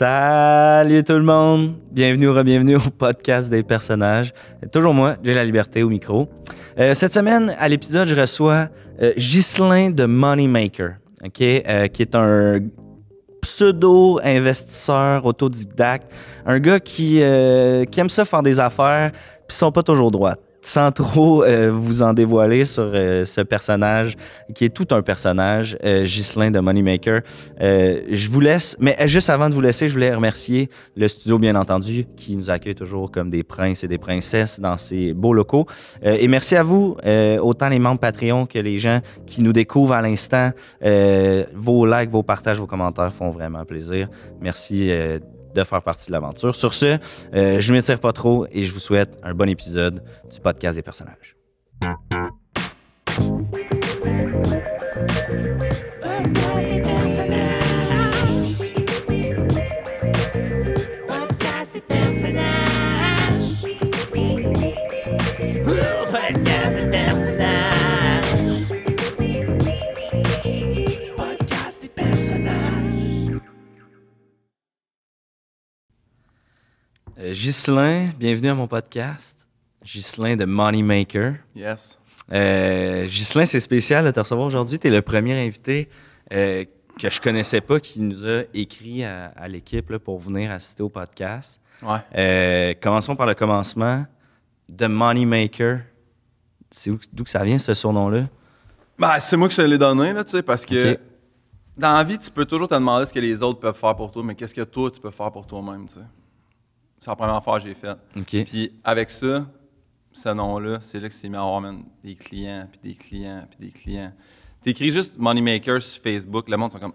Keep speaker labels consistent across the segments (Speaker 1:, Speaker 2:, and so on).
Speaker 1: Salut tout le monde! Bienvenue ou re-bienvenue au podcast des personnages. Euh, Toujours moi, j'ai la liberté au micro. Euh, cette semaine, à l'épisode, je reçois euh, Ghislain de Moneymaker, ok, euh, qui est un pseudo-investisseur autodidacte, un gars qui, euh, qui aime ça faire des affaires, puis sont pas toujours droites. Sans trop euh, vous en dévoiler sur euh, ce personnage, qui est tout un personnage, euh, Ghislain de Moneymaker. Euh, je vous laisse, mais euh, juste avant de vous laisser, je voulais remercier le studio, bien entendu, qui nous accueille toujours comme des princes et des princesses dans ces beaux locaux. Euh, et merci à vous, euh, autant les membres Patreon que les gens qui nous découvrent à l'instant. Euh, vos likes, vos partages, vos commentaires font vraiment plaisir. Merci euh, de faire partie de l'aventure. Sur ce, euh, je ne m'étire pas trop et je vous souhaite un bon épisode du podcast des personnages. Euh, Ghislain, bienvenue à mon podcast. Ghislain de Moneymaker.
Speaker 2: Yes.
Speaker 1: Euh, Ghislain, c'est spécial de te recevoir aujourd'hui. Tu es le premier invité euh, que je connaissais pas qui nous a écrit à, à l'équipe là, pour venir assister au podcast.
Speaker 2: Ouais.
Speaker 1: Euh, commençons par le commencement. The Moneymaker. C'est où- d'où que ça vient, ce surnom-là?
Speaker 2: Bah, c'est moi qui te l'ai donné, là, tu sais, parce que
Speaker 1: Ok.
Speaker 2: dans la vie, tu peux toujours te demander ce que les autres peuvent faire pour toi, mais qu'est-ce que toi, tu peux faire pour toi-même, tu sais. C'est la première fois que j'ai faite.
Speaker 1: OK.
Speaker 2: Puis avec ça, ce nom-là, c'est là que c'est mis à avoir man, des clients, puis des clients, puis des clients. T'écris juste Moneymaker sur Facebook, le monde sont comme.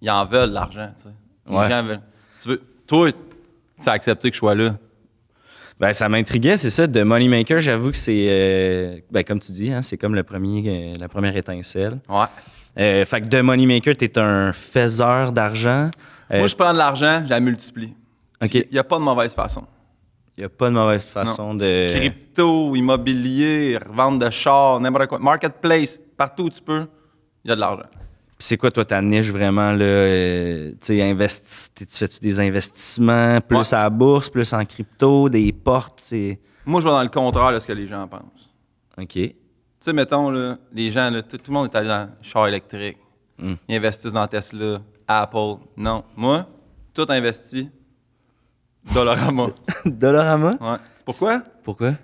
Speaker 2: Ils en veulent l'argent, tu sais. Les
Speaker 1: Ouais.
Speaker 2: gens veulent. Tu veux. Toi, tu as accepté que je sois là.
Speaker 1: Ben, ça m'intriguait, c'est ça. De Moneymaker, j'avoue que c'est, euh, ben, comme tu dis, hein, c'est comme le premier, euh, la première étincelle.
Speaker 2: Ouais.
Speaker 1: Euh, fait que The Moneymaker, tu es un faiseur d'argent. Euh,
Speaker 2: Moi, je prends de l'argent, je la multiplie.
Speaker 1: OK.
Speaker 2: Il n'y a pas de mauvaise façon.
Speaker 1: Il n'y a pas de mauvaise façon de.
Speaker 2: Crypto, immobilier, revente de chars, n'importe quoi. Marketplace, partout où tu peux, il y a de l'argent.
Speaker 1: Puis c'est quoi, toi, ta niche vraiment, là? euh, tu sais, investi- t'es- tu fais-tu des investissements plus
Speaker 2: Ouais.
Speaker 1: à la bourse, plus en crypto, des portes, c'est.
Speaker 2: Moi, je vais dans le contraire de ce que les gens pensent.
Speaker 1: OK.
Speaker 2: Tu sais, mettons, là, les gens, là, tout tout le monde est allé dans le char électrique.
Speaker 1: Mm.
Speaker 2: Ils investissent dans Tesla, Apple. Non. Moi, tout investi. Dollarama.
Speaker 1: Dollarama?
Speaker 2: ouais. C'est pourquoi?
Speaker 1: Pourquoi?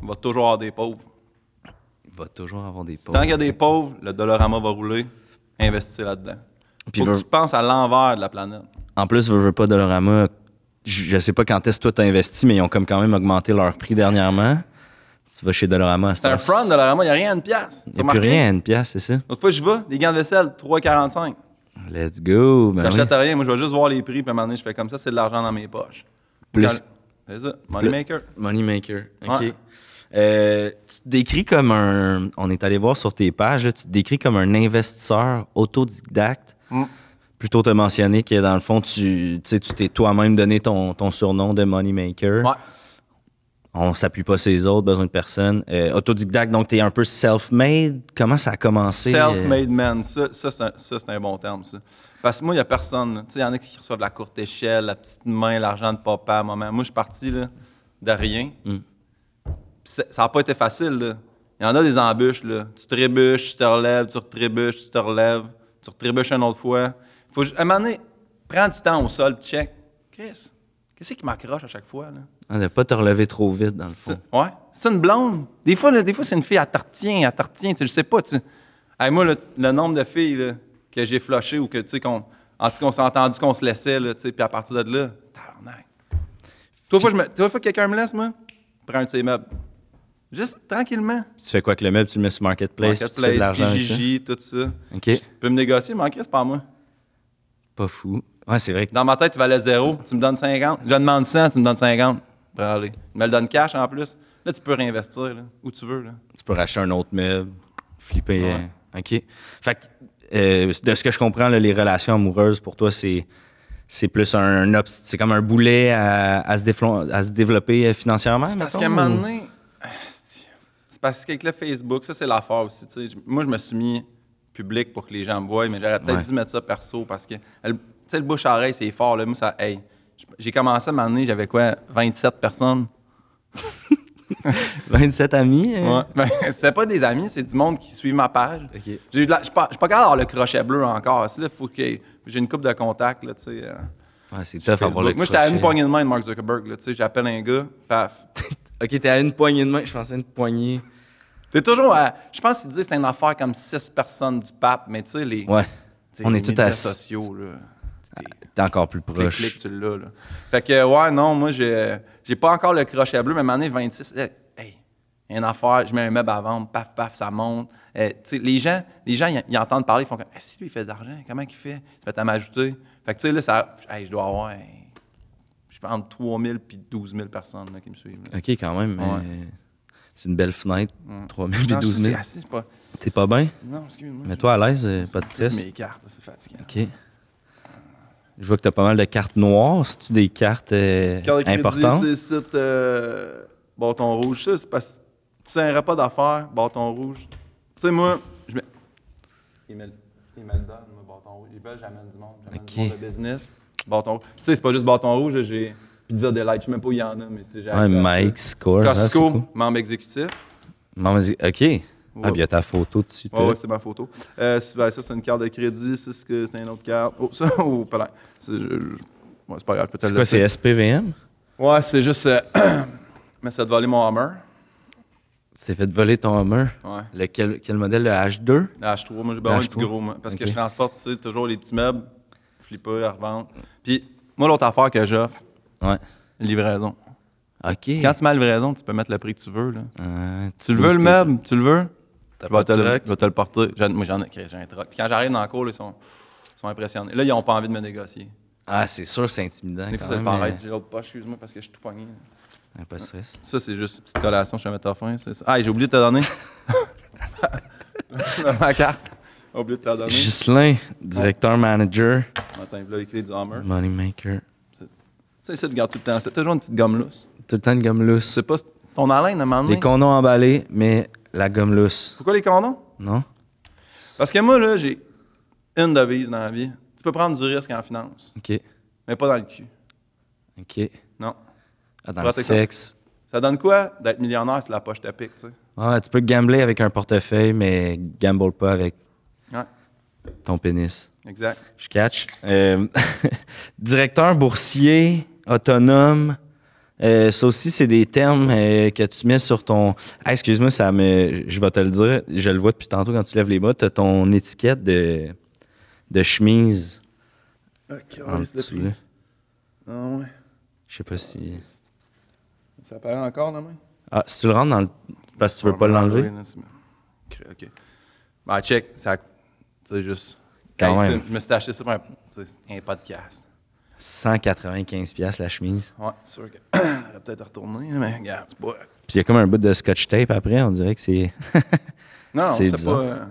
Speaker 2: Il va toujours avoir des pauvres.
Speaker 1: Oh. Il va toujours avoir des portes.
Speaker 2: Tant qu'il y a des pauvres, le Dollarama va rouler. Investir là-dedans.
Speaker 1: Puis
Speaker 2: Faut
Speaker 1: veut-
Speaker 2: que tu penses à l'envers de la planète.
Speaker 1: En plus, veux, veux pas Dollarama. Je, je sais pas quand est-ce que toi t'as investi, mais ils ont comme quand même augmenté leur prix dernièrement. Tu vas chez Dollarama.
Speaker 2: C'est un front, Dollarama. Il n'y a rien à une pièce.
Speaker 1: Il n'y a plus rien à une pièce, c'est ça?
Speaker 2: L'autre fois, je vais, des gants de vaisselle, 3,45.
Speaker 1: Let's go. Ben
Speaker 2: J'achète
Speaker 1: oui.
Speaker 2: rien, moi, je vais juste voir les prix, puis à un moment donné, je fais comme ça, c'est de l'argent dans mes poches.
Speaker 1: Plus-
Speaker 2: Quand- C'est ça, Moneymaker.
Speaker 1: Moneymaker. OK.
Speaker 2: Ouais.
Speaker 1: Euh, tu te décris comme un. On est allé voir sur tes pages, là, tu te décris comme un investisseur autodidacte.
Speaker 2: Mm.
Speaker 1: Plutôt te mentionner que dans le fond, tu tu sais, tu t'es toi-même donné ton, ton surnom de Moneymaker.
Speaker 2: Ouais.
Speaker 1: On s'appuie pas sur les autres, besoin de personne. Euh, autodidacte, donc tu es un peu self-made. Comment ça a commencé? euh?
Speaker 2: Self-made man, ça, ça, c'est un, ça, c'est un bon terme, ça. Parce que moi, il n'y a personne. là. Tu sais, il y en a qui reçoivent la courte échelle, la petite main, l'argent de papa, maman. Moi, je suis parti là, de rien. Puis c'est- Ça n'a pas été facile. là. Il y en a des embûches. Là. Tu trébuches, tu te relèves, tu trébuches, tu te relèves, tu trébuches une autre fois. Faut, ju- à un moment donné, prends du temps au sol, puis check. Chris, qu'est-ce qui m'accroche à chaque fois? Là?
Speaker 1: Ah, de pas te relever trop vite, dans le
Speaker 2: C'est-
Speaker 1: fond.
Speaker 2: Ouais. C'est une blonde. Des fois, là, des fois c'est une fille, elle tartient, elle tartient, tu sais, je sais pas. Tu... Hey, moi, le, le nombre de filles là, que j'ai flushées ou que, tu sais, qu'on, en tout cas, on s'est entendu qu'on se laissait, là, tu sais, puis à partir de là, tabarnak. Toi, fois, je me... toi, fois que quelqu'un me laisse, moi, prends un de ses meubles. Juste tranquillement.
Speaker 1: Tu fais quoi avec le meuble? Tu le mets sur Marketplace, puis tu fais de
Speaker 2: Marketplace,
Speaker 1: l'argent avec ça?
Speaker 2: Kijiji, tout ça.
Speaker 1: OK.
Speaker 2: Tu peux me négocier, mais en Chris, pas moi.
Speaker 1: Pas fou. Ouais, c'est vrai que
Speaker 2: Dans ma tête, tu valais zéro. Tu me donnes 50. Je demande 100, tu me donnes 50. Prends-les. Tu me le donnes cash en plus. Là, tu peux réinvestir, là, où tu veux, là.
Speaker 1: tu peux racheter un autre meuble, flipper.
Speaker 2: Ouais.
Speaker 1: euh, OK. Fait que, euh, de ce que je comprends, là, les relations amoureuses, pour toi, c'est. C'est plus un, obst- c'est comme un boulet à, à se, déflon- à se développer euh, financièrement.
Speaker 2: C'est parce
Speaker 1: mettons,
Speaker 2: qu'à un moment
Speaker 1: ou-
Speaker 2: donné, asti, c'est parce qu'avec le Facebook, ça c'est l'affaire aussi. tu sais. Je- Moi, je me suis mis public pour que les gens me voient, mais j'aurais peut-être
Speaker 1: Ouais.
Speaker 2: dû mettre ça perso parce que elle- tu sais, sais, le bouche à oreille, c'est fort. Là. Moi, ça. Hey, j'ai commencé à m'amener, j'avais quoi, 27 personnes.
Speaker 1: 27 amis. euh,
Speaker 2: Ouais. Ben, c'était pas des amis, c'est du monde qui suit ma page.
Speaker 1: Ok.
Speaker 2: J'ai eu de la- Je suis pas je suis pas capable d'avoir le crochet bleu encore. C'est là, faut que j'ai une coupe de contacts, là, tu sais. euh,
Speaker 1: Ouais, c'est tough à avoir le
Speaker 2: Facebook. Moi, j'étais à
Speaker 1: crochet.
Speaker 2: une poignée de main de Mark Zuckerberg, là, tu sais. J'appelle un gars, paf.
Speaker 1: Ok, t'es à une poignée de main. Je pensais à une poignée.
Speaker 2: T'es toujours à. Je pense qu'ils disent que c'est une affaire comme six personnes du pape, mais tu sais, les.
Speaker 1: Ouais.
Speaker 2: tu sais,
Speaker 1: On
Speaker 2: les
Speaker 1: est tout
Speaker 2: médias
Speaker 1: à. Ah,
Speaker 2: sociaux, là. T'es-
Speaker 1: T'es encore plus
Speaker 2: clic,
Speaker 1: proche.
Speaker 2: clic, tu l'as, là. Fait que, ouais, non, moi, j'ai, j'ai pas encore le crochet bleu, mais maintenant, 26, hey, eh, hey, une affaire, je mets un meuble à vendre, paf, paf, ça monte. Eh, tu sais, les gens, les gens, ils, ils entendent parler, ils font comme, Ah, si lui, il fait de l'argent, comment il fait? Ça fait à m'ajouter. Fait que, tu sais, là, ça, hey, je dois avoir, hey, je pense, entre 3000 puis 12 000 personnes là, qui me suivent. là.
Speaker 1: Ok, quand même.
Speaker 2: Ouais.
Speaker 1: euh, c'est une belle fenêtre. 3000 puis
Speaker 2: Non,
Speaker 1: 12
Speaker 2: c'est-
Speaker 1: 000.
Speaker 2: c'est- c'est pas-
Speaker 1: T'es pas bien?
Speaker 2: Non, excuse-moi.
Speaker 1: Mets-toi à l'aise, euh,
Speaker 2: j'ai-
Speaker 1: pas de
Speaker 2: c'est
Speaker 1: stress.
Speaker 2: mes cartes, c'est fatigant.
Speaker 1: Ok. Je vois que t'as pas mal de cartes noires. C'est-tu des cartes euh,
Speaker 2: Carte de crédit,
Speaker 1: importantes?
Speaker 2: c'est site euh, bâton rouge. Ça, c'est parce que tu sais, un repas d'affaires, bâton rouge. Tu sais, moi, je mets. Il me, le- il me le donne, moi, bâton rouge. Ils veulent, j'amène du monde. J'amène
Speaker 1: Ok.
Speaker 2: du monde de business. Bâton rouge. Tu sais, c'est pas juste bâton rouge, là, j'ai. Pizza Delight, je sais même pas où il y en a, mais tu sais, j'ai
Speaker 1: Ouais,
Speaker 2: accès à ça.
Speaker 1: Mike, Score. ça, c'est
Speaker 2: Costco,
Speaker 1: cool.
Speaker 2: membre exécutif.
Speaker 1: Non, mais ok. Ah, puis il y a ta photo dessus.
Speaker 2: Ouais,
Speaker 1: toi.
Speaker 2: ouais, c'est ma photo. Euh, c'est- ben, ça, c'est une carte de crédit. Ça, c'est que- c'est une autre carte. Oh, ça, oh, pas C'est je- je- ouais, c'est pas grave, je peux te
Speaker 1: c'est
Speaker 2: le
Speaker 1: quoi,
Speaker 2: laisser.
Speaker 1: c'est SPVM?
Speaker 2: Ouais, c'est juste. euh, mais ça te voler mon hammer.
Speaker 1: C'est fait voler ton Hummer.
Speaker 2: Ouais.
Speaker 1: Lequel, quel modèle? Le H2?
Speaker 2: La H3, moi j'ai besoin
Speaker 1: La
Speaker 2: du
Speaker 1: H3.
Speaker 2: gros, moi, parce
Speaker 1: Ok.
Speaker 2: que je transporte tu sais, toujours les petits meubles, flipper, à revendre. Puis moi, l'autre affaire que j'offre,
Speaker 1: Ouais.
Speaker 2: livraison.
Speaker 1: Ok.
Speaker 2: Quand tu mets la livraison, tu peux mettre le prix que tu veux. Là.
Speaker 1: Euh,
Speaker 2: Tu le veux le
Speaker 1: boostes
Speaker 2: meuble, tu le veux,
Speaker 1: T'as
Speaker 2: je
Speaker 1: pas
Speaker 2: vais,
Speaker 1: de
Speaker 2: te le,
Speaker 1: truck?
Speaker 2: je vais te le porter. J'en- moi j'en ai, Chris, j'ai un truc. Puis quand j'arrive dans la cour, là, ils sont, ils sont impressionnés. Là, ils n'ont pas envie de me négocier.
Speaker 1: Ah, c'est sûr, c'est intimidant.
Speaker 2: Des
Speaker 1: quand
Speaker 2: fois, ça
Speaker 1: même,
Speaker 2: peut paraître,
Speaker 1: mais-
Speaker 2: j'ai l'autre poche, excuse-moi, parce que je suis tout pogné. là.
Speaker 1: Ah, Pas de stress.
Speaker 2: Ça, c'est juste une petite collation chez un metteur fin. c'est ça. Ah, et j'ai oublié de te donner. Ma carte. J'ai oublié de te la donner.
Speaker 1: Ghislain, directeur manager,
Speaker 2: Attends, là, les clés du hammer.
Speaker 1: moneymaker.
Speaker 2: Tu sais, ça, tu gardes tout le temps. C'est toujours une petite gomme lousse.
Speaker 1: Tout le temps de gomme lousse.
Speaker 2: C'est pas si- ton haleine à un moment donné.
Speaker 1: Les condoms emballés, mais la gomme lousse,
Speaker 2: Pourquoi les condoms?
Speaker 1: non?
Speaker 2: Parce que moi, là, j'ai une devise dans la vie. Tu peux prendre du risque en finance,
Speaker 1: OK.
Speaker 2: mais pas dans le cul.
Speaker 1: OK.
Speaker 2: Non.
Speaker 1: Ah, dans le
Speaker 2: Protection.
Speaker 1: sexe.
Speaker 2: Ça donne quoi d'être millionnaire si la poche te pique, tu sais?
Speaker 1: Ah, tu peux gambler avec un portefeuille, mais gamble pas avec
Speaker 2: Ouais,
Speaker 1: ton pénis.
Speaker 2: exact.
Speaker 1: Je catch. Euh, directeur boursier, autonome. euh, ça aussi, c'est des termes euh, que tu mets sur ton. Ah, excuse-moi, ça me. Je vais te le dire. Je le vois depuis tantôt quand tu lèves les bras. Tu as ton étiquette de, de chemise en dessous. là.
Speaker 2: Ah ouais.
Speaker 1: Je sais pas si.
Speaker 2: Ça paraît encore, là, Ah, main?
Speaker 1: Ah, si tu le rentres dans le. Parce que tu veux pas l'enlever.
Speaker 2: Ok. Ben, check. Ça... Tu sais, juste.
Speaker 1: Quand
Speaker 2: Hey,
Speaker 1: même.
Speaker 2: c'est- Je me suis acheté ça pour un, tu sais, un podcast.
Speaker 1: 195$ piastres, la chemise.
Speaker 2: Ouais, c'est sûr que. j'aurais peut-être retourné, mais regarde, c'est pas.
Speaker 1: Puis il y a comme un bout de scotch tape après. On dirait que c'est.
Speaker 2: Non, non,
Speaker 1: C'est
Speaker 2: c'est
Speaker 1: bizarre.
Speaker 2: pas. euh,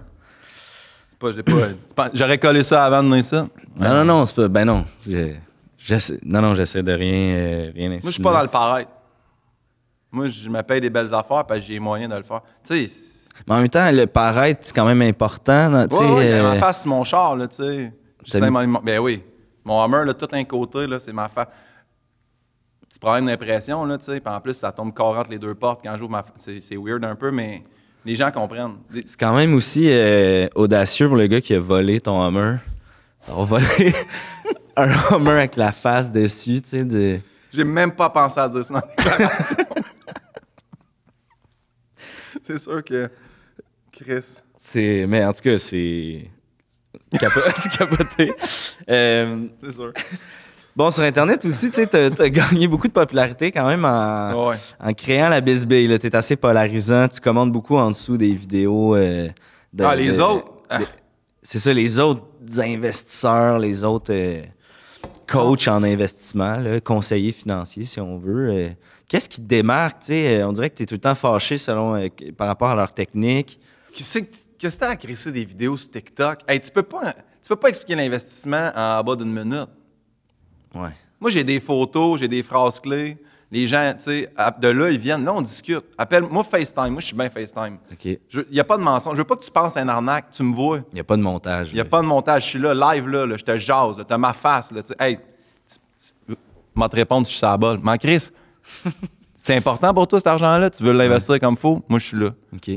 Speaker 2: C'est pas, j'ai pas. c'est pas- J'aurais collé ça avant de venir ça.
Speaker 1: non, non, non, c'est pas. Ben non. Je- j'essaie- Non, non, j'essaie de rien. euh, rien
Speaker 2: Moi, je suis pas dans le paraître. Moi, je me paye des belles affaires parce que j'ai les moyens de le faire. Tu sais, c'est-
Speaker 1: Mais en même temps, le paraître, c'est quand même important. dans- tu sais,
Speaker 2: ouais, ouais, j'avais
Speaker 1: euh,
Speaker 2: ma face sur mon char, là, tu sais. Juste
Speaker 1: mis-
Speaker 2: un moment- Ben oui. Mon hammer, là, tout un côté, là, c'est ma face. Petit problème d'impression, là, tu sais. Puis en plus, ça tombe corps entre les deux portes quand j'ouvre ma fa- C'est c'est weird un peu, mais les gens comprennent. Des-
Speaker 1: C'est quand même aussi euh, audacieux pour le gars qui a volé ton Hummer. On volé un Hummer avec la face dessus, tu sais. De...
Speaker 2: J'ai même pas pensé à dire ça dans la déclaration. c'est sûr que Chris.
Speaker 1: C'est... Mais en tout cas, c'est. capo- c'est capoté. Euh,
Speaker 2: C'est sûr.
Speaker 1: bon, sur Internet aussi, tu sais, t'as, t'as gagné beaucoup de popularité quand même en,
Speaker 2: Ouais.
Speaker 1: en créant la bisbille. Là, t'es assez polarisant. Tu commandes beaucoup en dessous des vidéos. euh, de-
Speaker 2: Ah, les
Speaker 1: de-
Speaker 2: autres. Ah,
Speaker 1: C'est ça, les autres investisseurs, les autres euh, coachs en investissement, là, conseillers financiers, si on veut. euh, Qu'est-ce qui te démarque? tu sais, euh, on dirait que tu es tout le temps fâché selon, euh, que- par rapport à leur technique.
Speaker 2: qui c'est que t- Qu'est-ce que t'as à créer ça, des vidéos sur TikTok? Hey, tu peux pas, tu peux pas expliquer l'investissement en bas d'une minute.
Speaker 1: Ouais.
Speaker 2: Moi, j'ai des photos, j'ai des phrases clés, Les gens, tu sais, à- de là, ils viennent. Là, on discute. Appelle-moi FaceTime. Moi, je suis bien FaceTime.
Speaker 3: OK. Il
Speaker 2: Il n'y a pas de mensonge. Je veux pas que tu penses à une arnaque. Tu me vois.
Speaker 3: n'y a pas de montage.
Speaker 2: Il n'y a pas de montage. Je suis là, live, là, là, je te jase, là, t'as ma face, là, tu sais, hey, tu- tu- m'en te répondre, si je suis à bol. Mais Chris, c'est important pour toi cet argent-là, tu veux l'investir comme faut, moi je suis là.
Speaker 3: OK.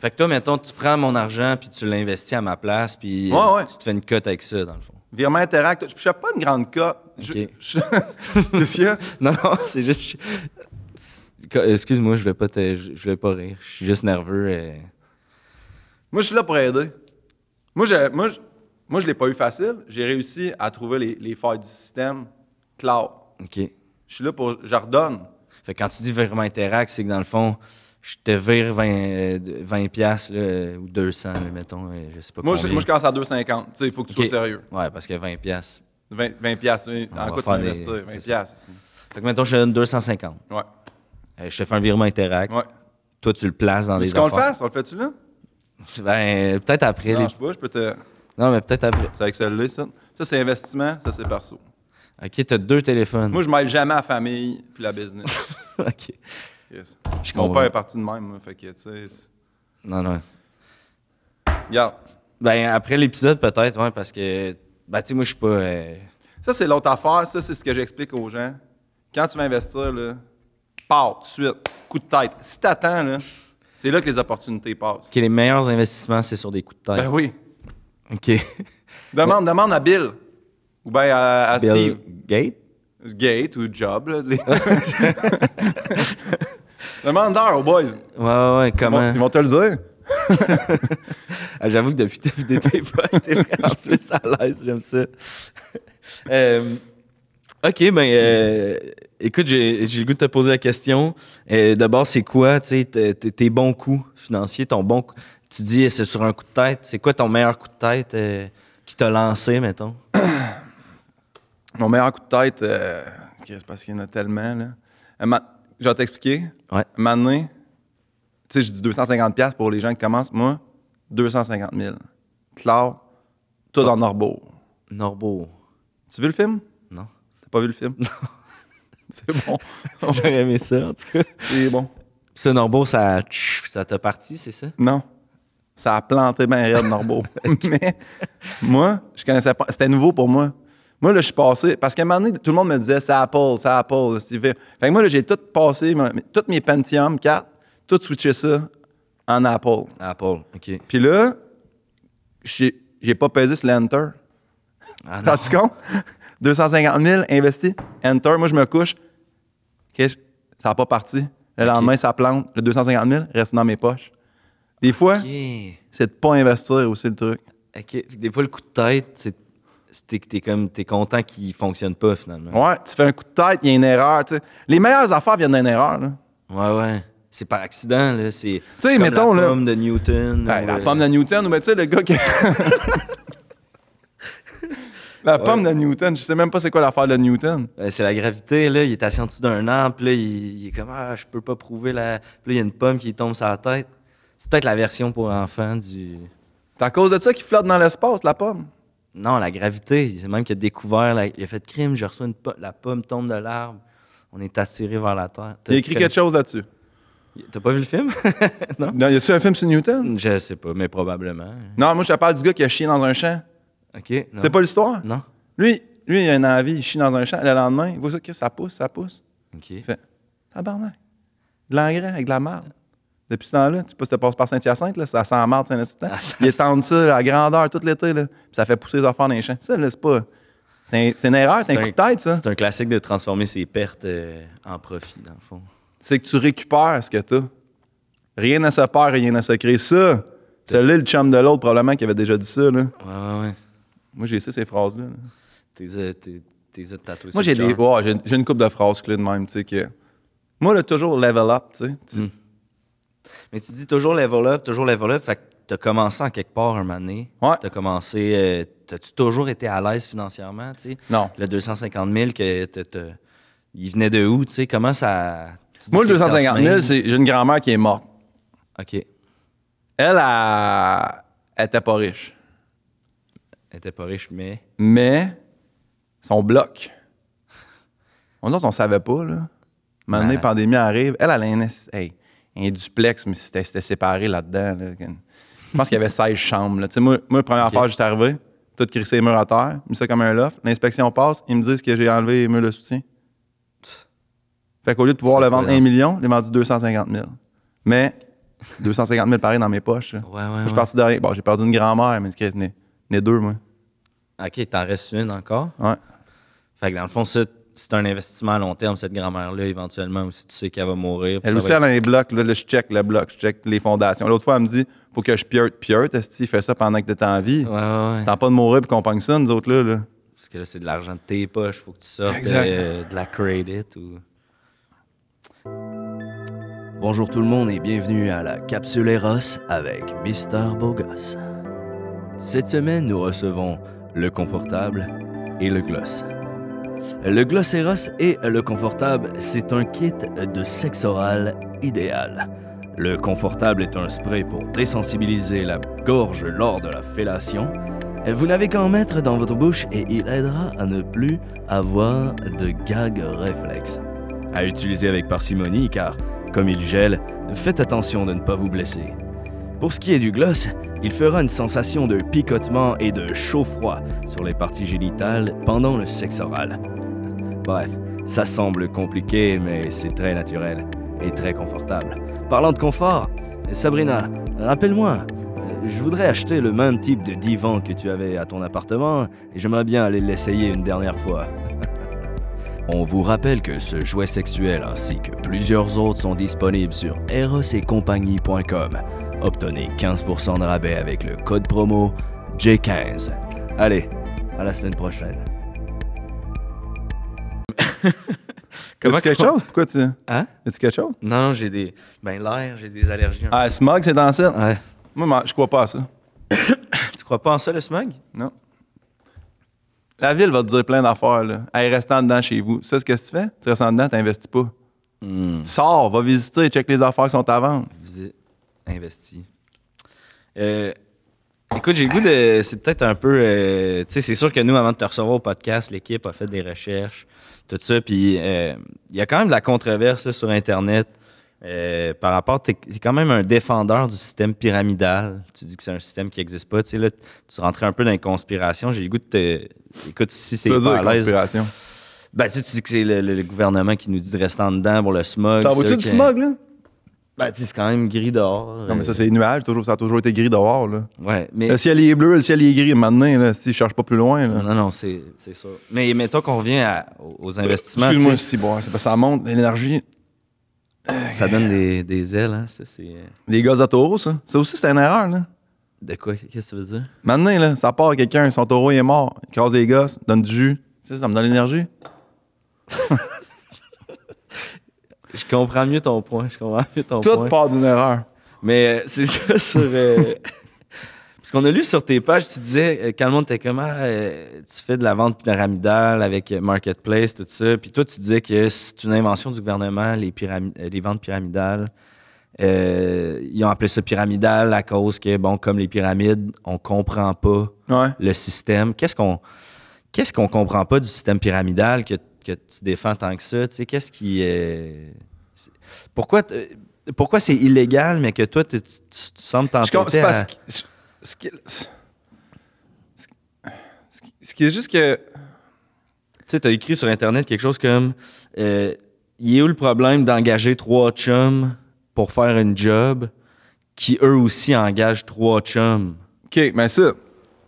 Speaker 1: Fait que toi, mettons, tu prends mon argent puis tu l'investis à ma place puis euh,
Speaker 2: Ouais, ouais.
Speaker 1: tu te fais une cote avec ça, dans le fond.
Speaker 2: Virement Interact, je ne pas une grande cote. Je-
Speaker 3: Ok.
Speaker 2: je- Qu'est-ce qu'il y a?
Speaker 1: Non, non, c'est juste. je- Excuse-moi, je vais pas te... je je vais pas rire. Je suis juste nerveux. euh.
Speaker 2: Moi, je suis là pour aider. Moi, je, moi, je, moi, je l'ai pas eu facile. J'ai réussi à trouver les, les failles du système. Claude,
Speaker 1: OK.
Speaker 2: je suis là pour. Je redonne.
Speaker 1: Fait que quand tu dis virement interact, c'est que dans le fond, je te vire 20, euh, 20 piastres là, euh, ou 200, là, mettons. euh, Je sais pas
Speaker 2: Moi, je,
Speaker 1: combien.
Speaker 2: moi, je commence à 2,50. Tu sais, il faut que tu
Speaker 1: Ok.
Speaker 2: sois sérieux.
Speaker 1: Ouais, parce que 20 piastres.
Speaker 2: 20, 20 piastres, oui.
Speaker 1: On
Speaker 2: en
Speaker 1: va
Speaker 2: quoi tu
Speaker 1: faire
Speaker 2: vas
Speaker 1: des-
Speaker 2: investir?
Speaker 1: c'est
Speaker 2: 20
Speaker 1: ça.
Speaker 2: piastres. ici.
Speaker 1: Fait que mettons, je te donne 250.
Speaker 2: Ouais.
Speaker 1: Euh, je te fais un virement interact.
Speaker 2: Ouais.
Speaker 1: Toi, tu le places dans
Speaker 2: Tu
Speaker 1: des
Speaker 2: veux qu'on le
Speaker 1: affaires.
Speaker 2: fasse? On le fait-tu là?
Speaker 1: Ben, euh, peut-être après.
Speaker 2: Non,
Speaker 1: les-
Speaker 2: je sais pas, je peux te.
Speaker 1: Non, mais peut-être après.
Speaker 2: C'est avec celle-là, ça. Ça, c'est investissement, ça, c'est perso.
Speaker 1: OK, t'as deux téléphones.
Speaker 2: Moi, je mêle jamais à la famille puis la business.
Speaker 1: OK.
Speaker 2: Yes.
Speaker 1: Je
Speaker 2: Mon
Speaker 1: comprends.
Speaker 2: père est parti de même, moi, fait que, tu sais. c'est-
Speaker 1: Non, non.
Speaker 2: Regarde.
Speaker 1: Ben, après l'épisode, peut-être, ouais, parce que. Ben, tu sais, moi, je suis pas. euh,
Speaker 2: Ça, c'est l'autre affaire. Ça, c'est ce que j'explique aux gens. Quand tu vas investir, là, pars, tout de suite, coup de tête. Si t'attends, là, c'est là que les opportunités passent.
Speaker 1: que les meilleurs investissements, c'est sur des coups de tête.
Speaker 2: Ben oui.
Speaker 1: OK.
Speaker 2: Demande, demande à Bill. Ou bien à, à
Speaker 1: Bill
Speaker 2: Ah, Steve.
Speaker 1: Gates.
Speaker 2: Gate ou Job. là, les- Demande-leur aux boys.
Speaker 1: Ouais, ouais, ouais,
Speaker 2: Ils vont-
Speaker 1: comment.
Speaker 2: ils vont te le dire.
Speaker 1: Ah, J'avoue que depuis tes vidéos, t'es pas- t'es vraiment plus à l'aise, j'aime ça. Euh, OK, ben, euh, écoute, j'ai j'ai le goût de te poser la question. Euh, D'abord, c'est quoi, tu sais, tes tes bons coups financiers, ton bon coup- Tu dis, eh, c'est sur un coup de tête. C'est quoi ton meilleur coup de tête euh, qui t'a lancé, mettons?
Speaker 2: Mon meilleur coup de tête, euh, c'est parce qu'il y en a tellement. Là. Un ma- Je vais t'expliquer.
Speaker 1: Ouais.
Speaker 2: Un moment donné, tu sais, je dis 250$ piastres pour les gens qui commencent. Moi, 250 000. Claire, tout en Norbourg.
Speaker 1: Norbo.
Speaker 2: Tu as vu le film?
Speaker 1: Non.
Speaker 2: T'as pas vu le film? Non. c'est bon.
Speaker 1: J'aurais aimé ça, en tout cas.
Speaker 2: C'est bon.
Speaker 1: Ce Norbo, ça ça t'a parti, c'est ça?
Speaker 2: Non. Ça a planté bien raide, Norbeau. Mais moi, je connaissais pas. C'était nouveau pour moi. Moi, là, je suis passé. Parce qu'à un moment donné, tout le monde me disait c'est Apple, c'est Apple. c'est fait. Fait que moi, là, j'ai tout passé, ma- mes- tous mes Pentium 4, tout switché ça en Apple.
Speaker 1: Apple, Ah, OK.
Speaker 2: Puis là, j'ai j'ai pas pesé sur l'Enter.
Speaker 1: Ah, non.
Speaker 2: T'as-tu compte? 250 000 investis. Enter. Moi, je me couche. Qu'est-ce- Ça n'a pas parti. Le lendemain, ça plante. Le 250 000 reste dans mes poches. Des fois
Speaker 1: OK.
Speaker 2: c'est de pas investir aussi le truc.
Speaker 1: OK. Fait que Des fois, le coup de tête, c'est c'est que t'es comme t'es content qu'il fonctionne pas finalement.
Speaker 2: Ouais, tu fais un coup de tête, il y a une erreur. tu sais. Les meilleures affaires viennent d'une erreur. Là.
Speaker 1: Ouais, ouais. C'est par accident, là. C'est. Tu
Speaker 2: sais, mettons,
Speaker 1: la
Speaker 2: là-
Speaker 1: pomme de Newton.
Speaker 2: Ben,
Speaker 1: ou,
Speaker 2: la
Speaker 1: euh,
Speaker 2: pomme de Newton, ou ben, tu sais, le gars qui. la pomme de Newton, je sais même pas c'est quoi l'affaire de Newton.
Speaker 1: euh, c'est la gravité, là. Il est assis en dessous d'un arbre, puis là, il, il est comme Ah, je peux pas prouver la. Puis là, il y a une pomme qui tombe sur la tête. C'est peut-être la version pour enfants du.
Speaker 2: C'est à cause de ça qu'il flotte dans l'espace, la pomme.
Speaker 1: Non, la gravité. C'est même qu'il a découvert. la- Il a fait crime, je reçois une pomme. La pomme tombe de l'arbre. On est attiré vers la terre. T'as- Hein?
Speaker 2: Il a écrit quelque chose là-dessus.
Speaker 1: T'as pas vu le film? non?
Speaker 2: Non, y a-tu un film sur Newton?
Speaker 1: Je sais pas, mais probablement.
Speaker 2: Non, moi, je te parle du gars qui a chié dans un champ.
Speaker 1: OK. non.
Speaker 2: C'est pas l'histoire?
Speaker 1: Non?
Speaker 2: Lui, lui, il a une envie, il chie dans un champ. Le lendemain, il voit ça, Chris, ça pousse, ça pousse.
Speaker 1: OK.
Speaker 2: Il fait Tabarnak. De l'engrais avec de la marde. Depuis ce temps-là, tu sais pas si tu passes par Saint-Hyacinthe, là, ça sent la marde, c'est un instant.
Speaker 1: Ah, ça
Speaker 2: Ils étendent ça là, à grandeur tout l'été, là, puis ça fait pousser les affaires dans les champs. Ça, là, c'est pas. C'est un- c'est une erreur, c'est un coup de tête, ça.
Speaker 1: C'est un classique de transformer ses pertes euh, en profit, dans le fond.
Speaker 2: C'est que tu récupères ce que t'as. Rien ne se perd, rien ne se crée. Ça, celui-là, le chum de l'autre, probablement, qui avait déjà dit ça. Là.
Speaker 1: Ouais, ouais, ouais.
Speaker 2: Moi, j'ai ça, ces phrases-là. là.
Speaker 1: T'es euh, t'es- t'es euh, tatoué sur
Speaker 2: Moi,
Speaker 1: le
Speaker 2: j'ai des.
Speaker 1: cœur.
Speaker 2: ouais, j'ai- j'ai une coupe de phrases clés de même, tu sais, que. Moi, là, toujours level up, tu sais.
Speaker 1: Hmm.
Speaker 2: Tu-
Speaker 1: Mais tu dis toujours level up, toujours level up. Fait que t'as commencé en quelque part un moment donné.
Speaker 2: Ouais.
Speaker 1: T'as commencé. euh, T'as-tu toujours été à l'aise financièrement, tu sais?
Speaker 2: Non.
Speaker 1: Le 250 000 que t'as- t'as- Il venait de où, tu sais? Comment ça. tu dis
Speaker 2: Moi, le
Speaker 1: que t'es
Speaker 2: 250 000,
Speaker 1: self-made?
Speaker 2: c'est- j'ai une grand-mère qui est morte.
Speaker 1: OK.
Speaker 2: Elle, elle, elle était pas riche.
Speaker 1: Elle était pas riche, mais.
Speaker 2: Mais son bloc. On dit on savait pas, là. Maintenant, la
Speaker 1: Malade.
Speaker 2: pandémie arrive. Elle, elle a un, hey, un duplex, mais c'était c'était séparé là-dedans. là. Je pense qu'il y avait 16 chambres. là. Tu sais, Moi, moi, première affaire, j'étais arrivé, tout crissé les murs à terre, mis ça comme un loft. L'inspection passe, ils me disent que j'ai enlevé les murs de soutien. Fait qu'au lieu de pouvoir
Speaker 1: C'est
Speaker 2: le vendre
Speaker 1: incroyable.
Speaker 2: 1 million, j'ai vendu 250 000. Mais 250 000 pareil dans mes poches. là.
Speaker 1: Ouais, ouais,
Speaker 2: Moi, Je
Speaker 1: ouais.
Speaker 2: suis parti de rien. Bon, j'ai perdu une grand-mère, mais qu'est-ce que n'est- n'est deux, moi.
Speaker 1: OK, t'en restes une encore.
Speaker 2: Ouais.
Speaker 1: Fait que dans le fond, ça, c'est un investissement à long terme, cette grand-mère-là, éventuellement, aussi, tu sais qu'elle va mourir. puis
Speaker 2: Elle
Speaker 1: ça
Speaker 2: aussi,
Speaker 1: va
Speaker 2: elle a les blocs. Là, là, je check le bloc, je check les fondations. L'autre fois, elle me dit faut que je pieute, pieute. Est-ce qu'il fait ça pendant que t'es en vie
Speaker 1: être- Ouais, ouais, ouais.
Speaker 2: T'as pas de mourir puis qu'on pogne ça, nous autres, là. là.
Speaker 1: Parce que là, c'est de l'argent de tes poches, faut que tu sortes
Speaker 2: Exact.
Speaker 1: euh, de la credit ou. Bonjour tout le monde et bienvenue à la Capsule Eros avec Mister Bogos. Cette semaine, nous recevons le confortable et le gloss. Le gloss Eros et le confortable, c'est un kit de sexe oral idéal. Le confortable est un spray pour désensibiliser la gorge lors de la fellation. Vous n'avez qu'à en mettre dans votre bouche et il aidera à ne plus avoir de gag réflexe. À utiliser avec parcimonie car, comme il gèle, faites attention de ne pas vous blesser. Pour ce qui est du gloss, il fera une sensation de picotement et de chaud-froid sur les parties génitales pendant le sexe oral. Bref, ça semble compliqué, mais c'est très naturel et très confortable. Parlant de confort, Sabrina, rappelle-moi, euh, je voudrais acheter le même type de divan que tu avais à ton appartement et j'aimerais bien aller l'essayer une dernière fois. On vous rappelle que ce jouet sexuel ainsi que plusieurs autres sont disponibles sur erosetcompagnie.com. Obtenez 15% de rabais avec le code promo J15. Allez, à la semaine prochaine.
Speaker 2: As-tu quelque chose Pourquoi tu.
Speaker 1: Hein?
Speaker 2: As-tu quelque chose
Speaker 1: Non, non, j'ai des. Ben, l'air, j'ai des allergies.
Speaker 2: Ah, smog, c'est dans ça.
Speaker 1: Ouais.
Speaker 2: Moi, man, je crois pas à ça.
Speaker 1: Tu crois pas en ça, le smog?
Speaker 2: Non. La ville va te dire plein d'affaires, là. Hey, reste en dedans chez vous. Ça, c'est qu'est-ce que tu fais Tu restes en dedans, t'investis pas.
Speaker 1: Hmm.
Speaker 2: Sors, va visiter, check les affaires qui sont à vendre.
Speaker 1: Visite, investi. Euh, écoute, j'ai le goût de. C'est peut-être un peu. euh, tu sais, c'est sûr que nous, avant de te recevoir au podcast, l'équipe a fait des recherches, tout ça. Puis euh, il y a quand même de la controverse là, sur Internet euh, par rapport. Tu es, quand même un défendeur du système pyramidal. Tu dis que c'est un système qui n'existe pas. Tu sais, là, tu rentrais un peu dans les conspirations. J'ai le goût de te. Écoute, si c'est
Speaker 2: Tu veux dire,
Speaker 1: pas à l'aise.
Speaker 2: conspiration.
Speaker 1: Ben, tu sais, tu dis que c'est le, le- le gouvernement qui nous dit de rester en dedans pour le smog.
Speaker 2: T'en
Speaker 1: c'est
Speaker 2: vois-tu
Speaker 1: eux
Speaker 2: du
Speaker 1: qui-
Speaker 2: smog, là
Speaker 1: Ben, tu sais, c'est quand même gris dehors.
Speaker 2: Non, mais ça, c'est les nuages. toujours- ça a toujours été gris dehors, là.
Speaker 1: Ouais, mais.
Speaker 2: Le ciel il est bleu, le ciel il est gris. Maintenant, là, si je cherche pas plus loin, là.
Speaker 1: Non, non, c'est c'est ça. Mais mettons qu'on revient à- aux aux investissements.
Speaker 2: Excuse-moi
Speaker 1: tu sais,
Speaker 2: si, bon, c'est parce que ça monte, l'énergie.
Speaker 1: Ça donne des, des ailes, hein. Ça, c'est. euh,
Speaker 2: Les gaz à taureau, ça. Ça aussi, c'est une erreur, là.
Speaker 1: De quoi Qu'est-ce que tu veux dire
Speaker 2: Maintenant, là, ça part à quelqu'un, son taureau il est mort, il croise des gosses, donne du jus. Ça, ça me donne l'énergie.
Speaker 1: Je comprends mieux ton point. Je comprends mieux ton
Speaker 2: Tout
Speaker 1: point.
Speaker 2: part d'une erreur.
Speaker 1: Mais euh, c'est ça sur. euh, Parce qu'on a lu sur tes pages, tu disais, euh, quand le monde était comment, tu fais de la vente pyramidale avec euh, Marketplace, tout ça. Puis toi, tu disais que c'est une invention du gouvernement, les, pyrami- euh, les ventes pyramidales. Euh, ils ont appelé ça pyramidal à cause que, bon, comme les pyramides, on comprend pas
Speaker 2: Ouais.
Speaker 1: le système. Qu'est-ce qu'on qu'est-ce qu'on comprend pas du système pyramidal que, que tu défends tant que ça? Tu sais, qu'est-ce qui. euh, c'est- pourquoi t- pourquoi c'est illégal, mais que toi, t'es- tu, tu- tu sembles
Speaker 2: Je com-
Speaker 1: t'entêter
Speaker 2: C'est
Speaker 1: à...
Speaker 2: parce que. je- Ce qui, ce- ce qui- ce qui est juste que.
Speaker 1: Tu sais, t'as écrit sur Internet quelque chose comme euh, Il est où le problème d'engager trois chums pour faire une job qui, eux aussi, engagent trois chums?
Speaker 2: Ok, mais ça,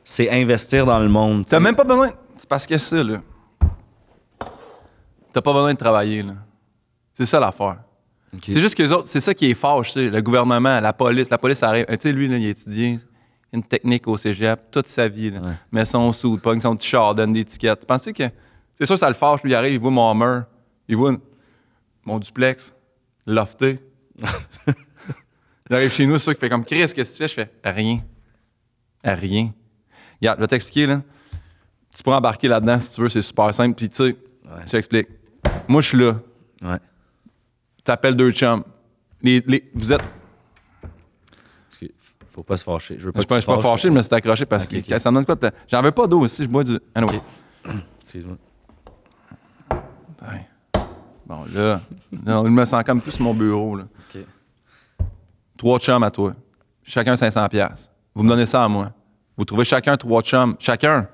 Speaker 1: C'est investir dans le monde. tu
Speaker 2: t'as
Speaker 1: sais.
Speaker 2: même pas besoin. C'est parce que ça, là. T'as pas besoin de travailler, là. C'est ça l'affaire.
Speaker 1: Ok.
Speaker 2: C'est juste que les autres, c'est ça qui est fâche, tu sais, le gouvernement, la police, la police arrive. Euh, Tu sais, lui, là, il a étudié une technique au cégep toute sa vie. Là. Met son sou, pogne son petit char, donne des étiquettes. Tu pensais que. C'est sûr, ça le fâche, lui, il arrive, il voit mon Hummer, il voit une- mon duplex, lofté. il arrive chez nous, c'est sûr qu'il fait comme Chris, qu'est-ce que tu fais Je fais rien. Rien. Regarde, je vais t'expliquer, là. Tu pourras embarquer là-dedans si tu veux, c'est super simple. Puis, tu sais, tu expliques. Moi, je suis là
Speaker 1: Ouais.
Speaker 2: t'appelles deux chums. Les, les- vous êtes.
Speaker 1: Excuse. Faut pas se fâcher. Je veux
Speaker 2: Je
Speaker 1: pas
Speaker 2: suis pas, je suis pas fâché, mais c'est accroché parce
Speaker 1: Ok,
Speaker 2: que
Speaker 1: ok.
Speaker 2: ça me donne quoi? de- J'en veux pas d'eau aussi, je bois du. Ah non.
Speaker 1: Excuse-moi.
Speaker 2: Bon, là, là, je me sens comme plus mon bureau. Là.
Speaker 1: OK.
Speaker 2: Trois chums à toi. Chacun 500$. piastres. Vous me donnez ça à moi. Vous trouvez chacun trois chums. Chacun.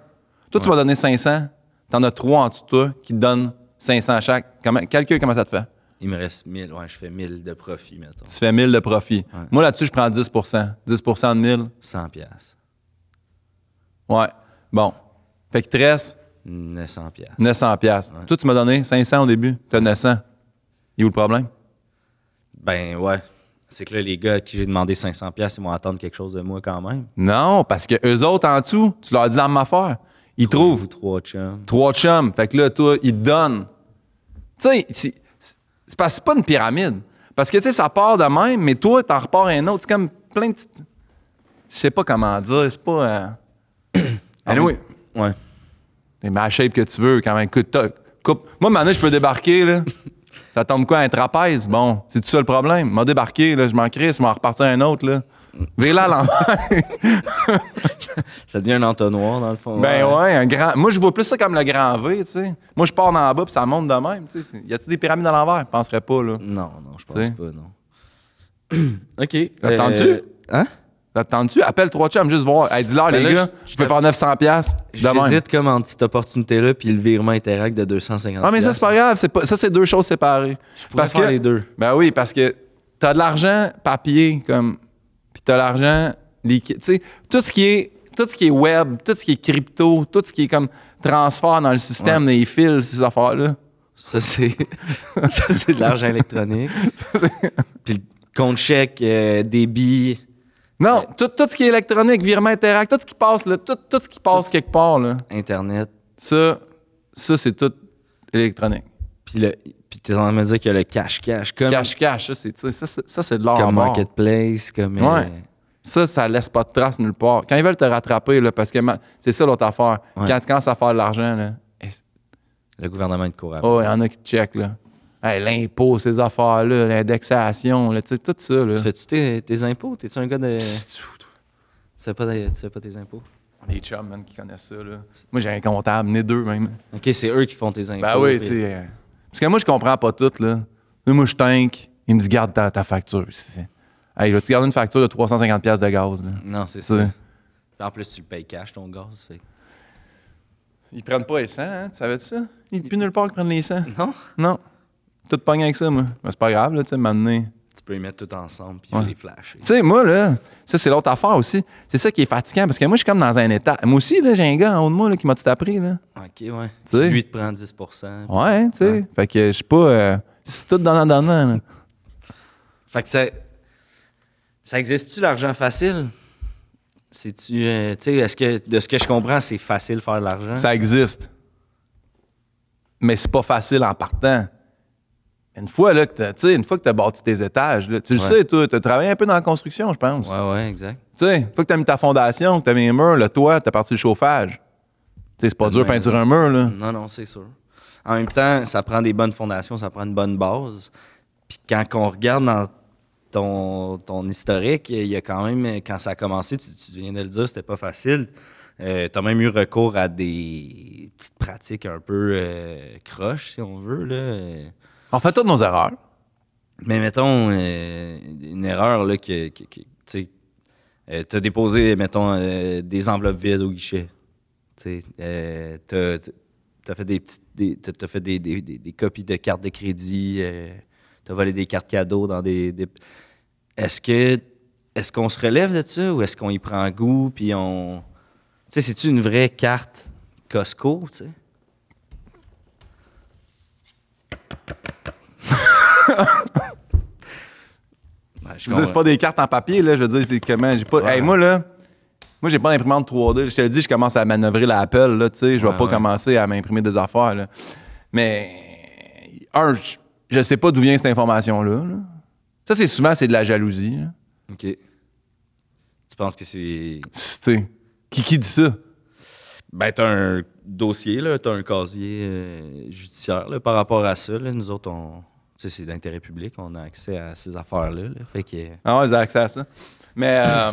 Speaker 2: Toi, tu vas donner 500. T'en as trois en dessous de toi qui te donnent 500 à chaque. Comment, calcule comment ça te fait.
Speaker 1: Il me reste 1000. Ouais, je fais 1000 de profit, mettons.
Speaker 2: Tu fais 1000 de profit.
Speaker 1: Ouais.
Speaker 2: Moi, là-dessus, je prends 10 10 de 1000.
Speaker 1: 100 piastres.
Speaker 2: Ouais. Bon. Fait qu'il te reste
Speaker 1: 900 piastres.
Speaker 2: 900 pièces. Toi, tu m'as donné 500 au début. Tu as 900. Il est où le problème?
Speaker 1: Ben ouais. C'est que là, les gars à qui j'ai demandé 500 piastres, ils vont attendre quelque chose de moi quand même.
Speaker 2: Non, parce que eux autres, en dessous, tu leur dis la même affaire. Ils trouvent
Speaker 1: Vous trois chums.
Speaker 2: trois chums. Fait que là, toi, ils te donnent. Tu sais, c'est- c'est c'est parce que c'est pas une pyramide. Parce que, tu sais, ça part de même, mais toi, t'en repars à un autre. C'est comme plein de petites... Je sais pas comment dire. C'est pas... Euh... Ah anyway,
Speaker 1: Ouais.
Speaker 2: T'es mis à la shape que tu veux, quand même. Coupe, t'as- coupe. Moi, maintenant, je peux débarquer, là. Ça tombe quoi, un trapèze? Bon, c'est tout ça le problème. M'a débarqué, là, je m'en crisse, je m'en repartir un autre, là. Vire là à l'envers.
Speaker 1: Ça devient un entonnoir, dans le fond.
Speaker 2: ben ouais, un grand. Moi, je vois plus ça comme le grand V, tu sais. Moi, je pars en bas, puis ça monte de même, tu sais. C'est- Y a-tu des pyramides à l'envers? Je penserais pas, là.
Speaker 1: Non, non, je pense
Speaker 2: T'sais.
Speaker 1: pas, non. OK.
Speaker 2: T'attends-tu?
Speaker 1: Hein?
Speaker 2: T'attends-tu? Appelle trois chums, juste voir. Hey, dis-leur, les
Speaker 1: là,
Speaker 2: gars,
Speaker 1: je-
Speaker 2: je peux faire 900$ piastres de même.
Speaker 1: J'hésite comme entre cette opportunité-là puis le virement interact de 250
Speaker 2: Ah, mais ça, c'est pas grave. c'est pas- Ça, c'est deux choses séparées.
Speaker 1: pourrais faire les deux.
Speaker 2: Ben oui, parce que t'as de l'argent papier, comme. Puis t'as l'argent liquide. Tu sais, tout ce qui est. Tout ce qui est web, tout ce qui est crypto, tout ce qui est comme transfert dans le système, les fils, ces affaires-là.
Speaker 1: Ça, c'est ça, c'est de l'argent électronique. puis le compte chèque, euh, débit.
Speaker 2: Non, tout, tout ce qui est électronique, virement interact, tout ce qui passe, là, tout, tout ce qui passe quelque part, là,
Speaker 1: Internet.
Speaker 2: ça, ça c'est tout électronique.
Speaker 1: Puis le- puis t'es en train de me dire qu'il y a le cash-cash comme,
Speaker 2: Cash-cash, ça, c'est, tu sais, ça, c'est- ça, c'est de l'or en
Speaker 1: comme
Speaker 2: barre.
Speaker 1: marketplace, comme... euh,
Speaker 2: Ouais. Ça, ça laisse pas de trace nulle part. Quand ils veulent te rattraper, là, parce que ma- c'est ça l'autre affaire.
Speaker 1: Ouais.
Speaker 2: Quand tu commences à faire de l'argent, là, est-
Speaker 1: le gouvernement de courant.
Speaker 2: oh, il y en a qui te checkent, là. Hey, l'impôt, ces affaires-là, l'indexation, là, tu sais, tout ça, là.
Speaker 1: Tu fais-tu tes, tes impôts? T'es-tu un gars de... Tu
Speaker 2: Psst, pfff.
Speaker 1: fais pas, de- tu fais pas tes impôts?
Speaker 2: Les chums, man, qui connaissent ça, là. Moi, j'ai un comptable, né deux, même.
Speaker 1: OK, c'est eux qui font tes impôts.
Speaker 2: Ben oui,
Speaker 1: puis-
Speaker 2: tu sais. euh, Parce que moi, je comprends pas tout, là. Là, moi, je tank. Il me dit, garde ta, ta facture. C'est- Hey, vas-tu garder une facture de 350$ piastres de gaz, là?
Speaker 1: Non, c'est
Speaker 2: Tu sais.
Speaker 1: ça. Puis En plus, tu le payes cash, ton gaz. fait que-
Speaker 2: Ils prennent pas les 100, hein? Tu savais ça? Ils, plus nulle part qu'ils prennent les 100.
Speaker 1: Non?
Speaker 2: Non. Tout pogné avec ça, moi. Mais c'est pas grave, là, tu sais, m'amener.
Speaker 1: Tu peux les mettre tout ensemble puis les flasher.
Speaker 2: Tu sais, moi, là, ça, c'est l'autre affaire aussi. C'est ça qui est fatigant, parce que moi, je suis comme dans un état. Moi aussi, là, j'ai un gars en haut de moi, là, qui m'a tout appris, là.
Speaker 1: OK, ouais.
Speaker 2: Tu sais.
Speaker 1: Puis Lui, te prend 10 puis-
Speaker 2: Ouais, hein, tu sais. Fait que je suis pas. euh, c'est tout donnant donnant, là.
Speaker 1: Fait que ça... Ça existe-tu, l'argent facile? C'est-tu... euh, tu sais, est-ce que... De ce que je comprends, c'est facile de faire de l'argent?
Speaker 2: Ça existe. Mais c'est pas facile en partant. Une fois, là, que t'as- tu sais, une fois que t'as bâti tes étages, là, tu le
Speaker 1: Ouais.
Speaker 2: sais, toi, t'as travaillé un peu dans la construction, je pense.
Speaker 1: Ouais, ouais, exact.
Speaker 2: Tu sais, une fois que t'as mis ta fondation, que t'as mis les murs, le toit, t'as parti le chauffage. Tu sais, c'est pas dur de
Speaker 1: Ouais.
Speaker 2: peinturer un mur, là.
Speaker 1: Non, non, c'est sûr. En même temps, ça prend des bonnes fondations, ça prend une bonne base. Puis quand on regarde dans ton, ton historique, il y a quand même, quand ça a commencé, tu, tu viens de le dire, c'était pas facile. tu as même eu recours à des petites pratiques un peu euh, croches, si on veut. Là.
Speaker 2: On fait toutes nos erreurs.
Speaker 1: Mais mettons, euh, une erreur là, que, que- que- tu sais, euh, t'as déposé, mettons, euh, des enveloppes vides au guichet. Tu sais, euh, t'as- t'as fait des petites, des- t'as- t'as fait des, des- des- des copies de cartes de crédit, euh, t'as volé des cartes cadeaux dans des... des- Est-ce que est-ce qu'on se relève de ça ou est-ce qu'on y prend goût puis on... Tu sais, c'est-tu une vraie carte Costco, tu sais? Ouais, je
Speaker 2: Je veux dire, C'est
Speaker 1: comprends.
Speaker 2: pas des cartes en papier, là. Je veux dire, c'est comment. J'ai pas.
Speaker 1: Ouais.
Speaker 2: Hey, moi, là, moi, j'ai pas d'imprimante 3D. Je te le dis, je commence à manœuvrer la Apple, là. Tu sais, je vais
Speaker 1: Ouais,
Speaker 2: pas
Speaker 1: ouais.
Speaker 2: commencer à m'imprimer des affaires, là. Mais, un, je, je sais pas d'où vient cette information-là. là. Ça, c'est souvent, c'est de la jalousie. là.
Speaker 1: OK. Tu penses que c'est...
Speaker 2: C'est- Tu sais, qui, qui dit ça?
Speaker 1: Ben, t'as un dossier, là, t'as un casier euh, judiciaire là, par rapport à ça. là. nous autres, on. Tu sais, c'est d'intérêt public, on a accès à ces affaires-là. là. Fait que.
Speaker 2: Ah ouais, ils ont accès à ça. Mais, euh,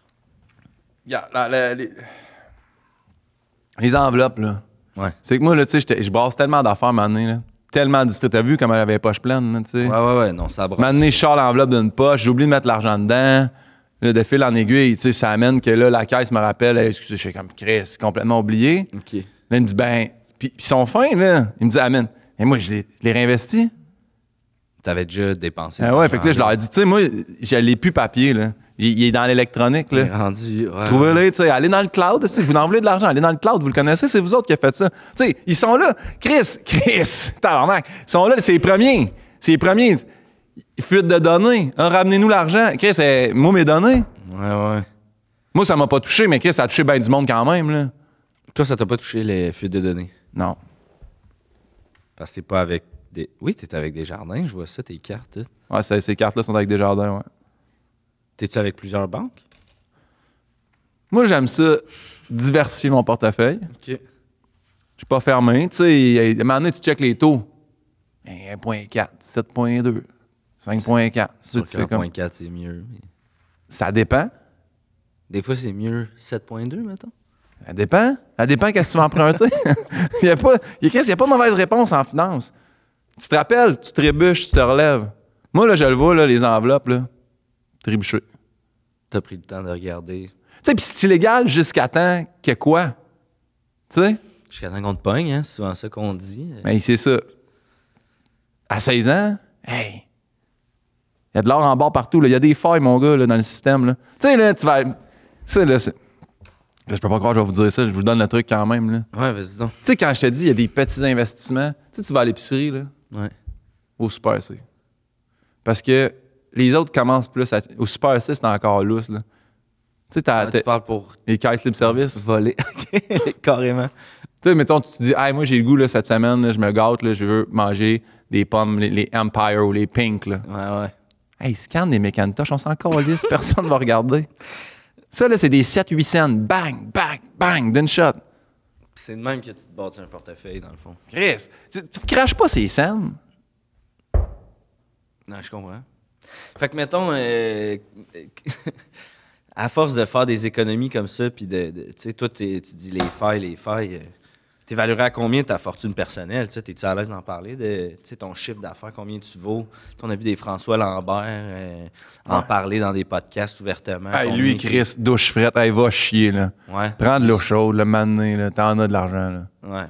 Speaker 2: regarde, la- la- les, les enveloppes, là.
Speaker 1: Ouais.
Speaker 2: C'est que moi, là, tu sais, j'étais- je brasse tellement d'affaires, maintenant, là. tellement distrait. T'as vu comment elle avait les poches pleines, là, tu sais.
Speaker 1: Ouais, ouais, ouais, non, ça brosse.
Speaker 2: M'amener, je sors l'enveloppe d'une poche, j'oublie de mettre l'argent dedans. Là, de fil en aiguille, tu sais, ça amène que là, la caisse me rappelle, Hey, excusez, je suis comme Chris, complètement oublié.
Speaker 1: OK.
Speaker 2: Là, il me dit, ben, puis puis ils sont fins, là. Il me dit, amène. Et moi, je les, je les réinvestis.
Speaker 1: T'avais déjà dépensé.
Speaker 2: Ah
Speaker 1: cet
Speaker 2: ouais, fait que là, je leur
Speaker 1: argent-là.
Speaker 2: ai dit, tu sais, moi, j'allais plus papier, là. Il, il est dans l'électronique, là.
Speaker 1: Rendu. ouais.
Speaker 2: Trouvez-le, tu sais, allez dans le cloud, si vous en voulez de l'argent, allez dans le cloud, vous le connaissez, c'est vous autres qui avez fait ça. Tu sais, ils sont là. Chris, Chris, tabarnak, ils sont là, c'est les premiers. C'est les premiers. Fuite de données. Ah, Ramenez-nous l'argent. Chris, eh, moi, mes données.
Speaker 1: Ouais, ouais.
Speaker 2: Moi, ça m'a pas touché, mais Chris, ça a touché bien du monde quand même, là.
Speaker 1: Toi, ça t'a pas touché les fuites de données?
Speaker 2: Non.
Speaker 1: Parce que t'es pas avec des. Oui, t'es avec des jardins, je vois ça, tes cartes. tout.
Speaker 2: Ouais, c'est- ces cartes-là sont avec des jardins, ouais.
Speaker 1: T'es-tu avec plusieurs banques?
Speaker 2: Moi, j'aime ça, diversifier mon portefeuille.
Speaker 1: OK.
Speaker 2: Je suis pas fermé. Tu sais, à un moment donné, tu checkes les taux. Ben, 1.4, 7.2, 5.4. Tu sais, tu fais comme...
Speaker 1: 1.4, c'est mieux.
Speaker 2: Ça dépend.
Speaker 1: Des fois, c'est mieux 7.2, mettons.
Speaker 2: Ça dépend. Ça dépend qu'est-ce que tu vas emprunter. il n'y a, pas- il y a qu'est-ce- il y a pas de mauvaise réponse en finance. Tu te rappelles, tu trébuches, tu te relèves. Moi, là, je le vois, là, les enveloppes, là, trébucher. Tu
Speaker 1: T'as pris le temps de regarder.
Speaker 2: sais, puis c'est illégal jusqu'à temps que quoi? Tu sais?
Speaker 1: Jusqu'à temps qu'on te pogne, hein, c'est souvent ça qu'on dit.
Speaker 2: Mais c'est ça. À 16 ans, hey, il y a de l'or en bord partout. là. Il y a des failles, mon gars, là, dans le système. là. Tu sais, là, tu vas... Ça, là, c'est- Je peux pas croire que je vais vous dire ça. Je vous donne le truc quand même, là.
Speaker 1: Ouais, vas-y donc.
Speaker 2: Tu sais, quand je te dis, il y a des petits investissements. Tu sais, tu vas à l'épicerie, là,
Speaker 1: Ouais.
Speaker 2: au Super C. Parce que les autres commencent plus à... Au Super C, c'est encore lousse, là. Tu sais, t'as
Speaker 1: Ah,
Speaker 2: t'as-
Speaker 1: tu parles pour
Speaker 2: les caisses libre-service.
Speaker 1: voler. OK, carrément.
Speaker 2: Tu sais, mettons, tu te dis, hey, moi, j'ai le goût, là, cette semaine, là, je me gâte, là, je veux manger des pommes, les, les Empire ou les Pink, là.
Speaker 1: Ouais, ouais.
Speaker 2: Hey, scanne les mécanotoches, on s'en calisse, personne va regarder. Ça, là, c'est des 7-8 cents. Bang, bang, bang, d'une shot.
Speaker 1: Puis C'est de même que tu te bâtis un portefeuille, dans le fond.
Speaker 2: Chris, tu, tu craches pas ces scènes.
Speaker 1: Non, je comprends. Fait que, mettons, euh, à force de faire des économies comme ça, puis de, de- tu sais, toi, t'es- tu dis les failles, les failles, euh, t'évaluerais à combien ta fortune personnelle, tu sais, t'es-tu à l'aise d'en parler, de, tu sais, ton chiffre d'affaires, combien tu vaux? Tu sais, On a vu des François Lambert euh, en parler dans des podcasts ouvertement.
Speaker 2: Hey,
Speaker 1: combien
Speaker 2: Ah, lui,
Speaker 1: qui-
Speaker 2: Chris, douche frette, hey, va chier, là.
Speaker 1: Ouais.
Speaker 2: Prends de l'eau chaude, le mané, là, t'en as de l'argent, là.
Speaker 1: Ouais.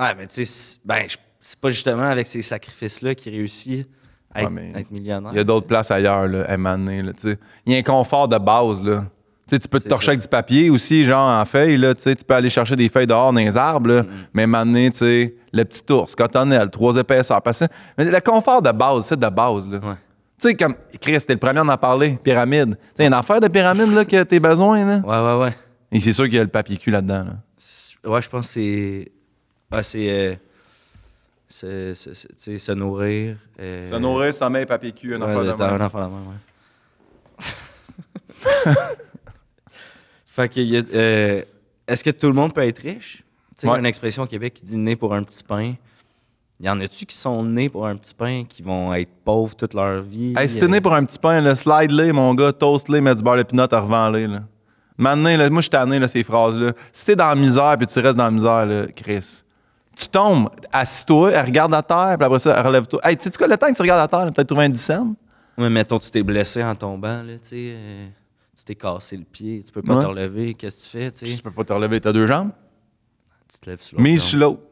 Speaker 1: Ouais, mais tu sais, c'est- ben, je- c'est pas justement avec ces sacrifices-là qu'il réussit à
Speaker 2: Ouais,
Speaker 1: être,
Speaker 2: mais
Speaker 1: à être millionnaire.
Speaker 2: Il y a d'autres
Speaker 1: tu
Speaker 2: places ailleurs, là, à mané, là, tu sais. Il y a un confort de base, là. Tu sais, tu peux te
Speaker 1: C'est
Speaker 2: torcher
Speaker 1: ça.
Speaker 2: avec du papier aussi, genre en feuilles, là, tu sais, tu peux aller chercher des feuilles dehors dans les arbres,
Speaker 1: Mm.
Speaker 2: là, mais mané, tu sais, le petit ours, cotonnelle, trois épaisseurs, parce que- Mais le confort de base, c'est de base, là.
Speaker 1: Ouais.
Speaker 2: Tu sais, comme, Chris, t'es le premier à en parler, pyramide. Tu sais, une affaire de pyramide, là, que t'es besoin, là.
Speaker 1: sais. Ouais, ouais, ouais.
Speaker 2: Et c'est sûr qu'il y a le papier cul là-dedans, là.
Speaker 1: Ouais, je pense que c'est. Ouais, c'est. euh, se- se- se- tu sais, se nourrir. euh,
Speaker 2: sa main, papier cul,
Speaker 1: ouais, de- t'as un enfant de même, ouais. fait que. y a, euh, Est-ce que tout le monde peut être riche? Tu sais, il y a
Speaker 2: Ouais.
Speaker 1: une expression au Québec qui dit né pour un petit pain. Y en a-tu qui sont nés pour un petit pain, qui vont être pauvres toute leur vie?
Speaker 2: Hey, si t'es né pour un petit pain, là, slide-les, mon gars, toast-les, mets du beurre de pinot, revends-les. là. Maintenant, là, moi, je suis tanné, là, ces phrases-là. Si t'es dans la misère, puis tu restes dans la misère, là, Chris, tu tombes, assis-toi, regarde à terre, puis après ça, relève-toi. Hey, tu sais quoi, le temps que tu regardes à terre, là, peut-être trouver un 10 cents?
Speaker 1: Mais Euh, mettons, tu t'es blessé en tombant, là, tu sais. euh, tu t'es cassé le pied, tu peux pas
Speaker 2: Ouais.
Speaker 1: te relever, qu'est-ce que tu fais, tu
Speaker 2: Tu
Speaker 1: sais?
Speaker 2: peux pas te relever, t'as deux jambes.
Speaker 1: Tu te lèves sur l'autre
Speaker 2: Mise
Speaker 1: jambe.
Speaker 2: sur l'autre.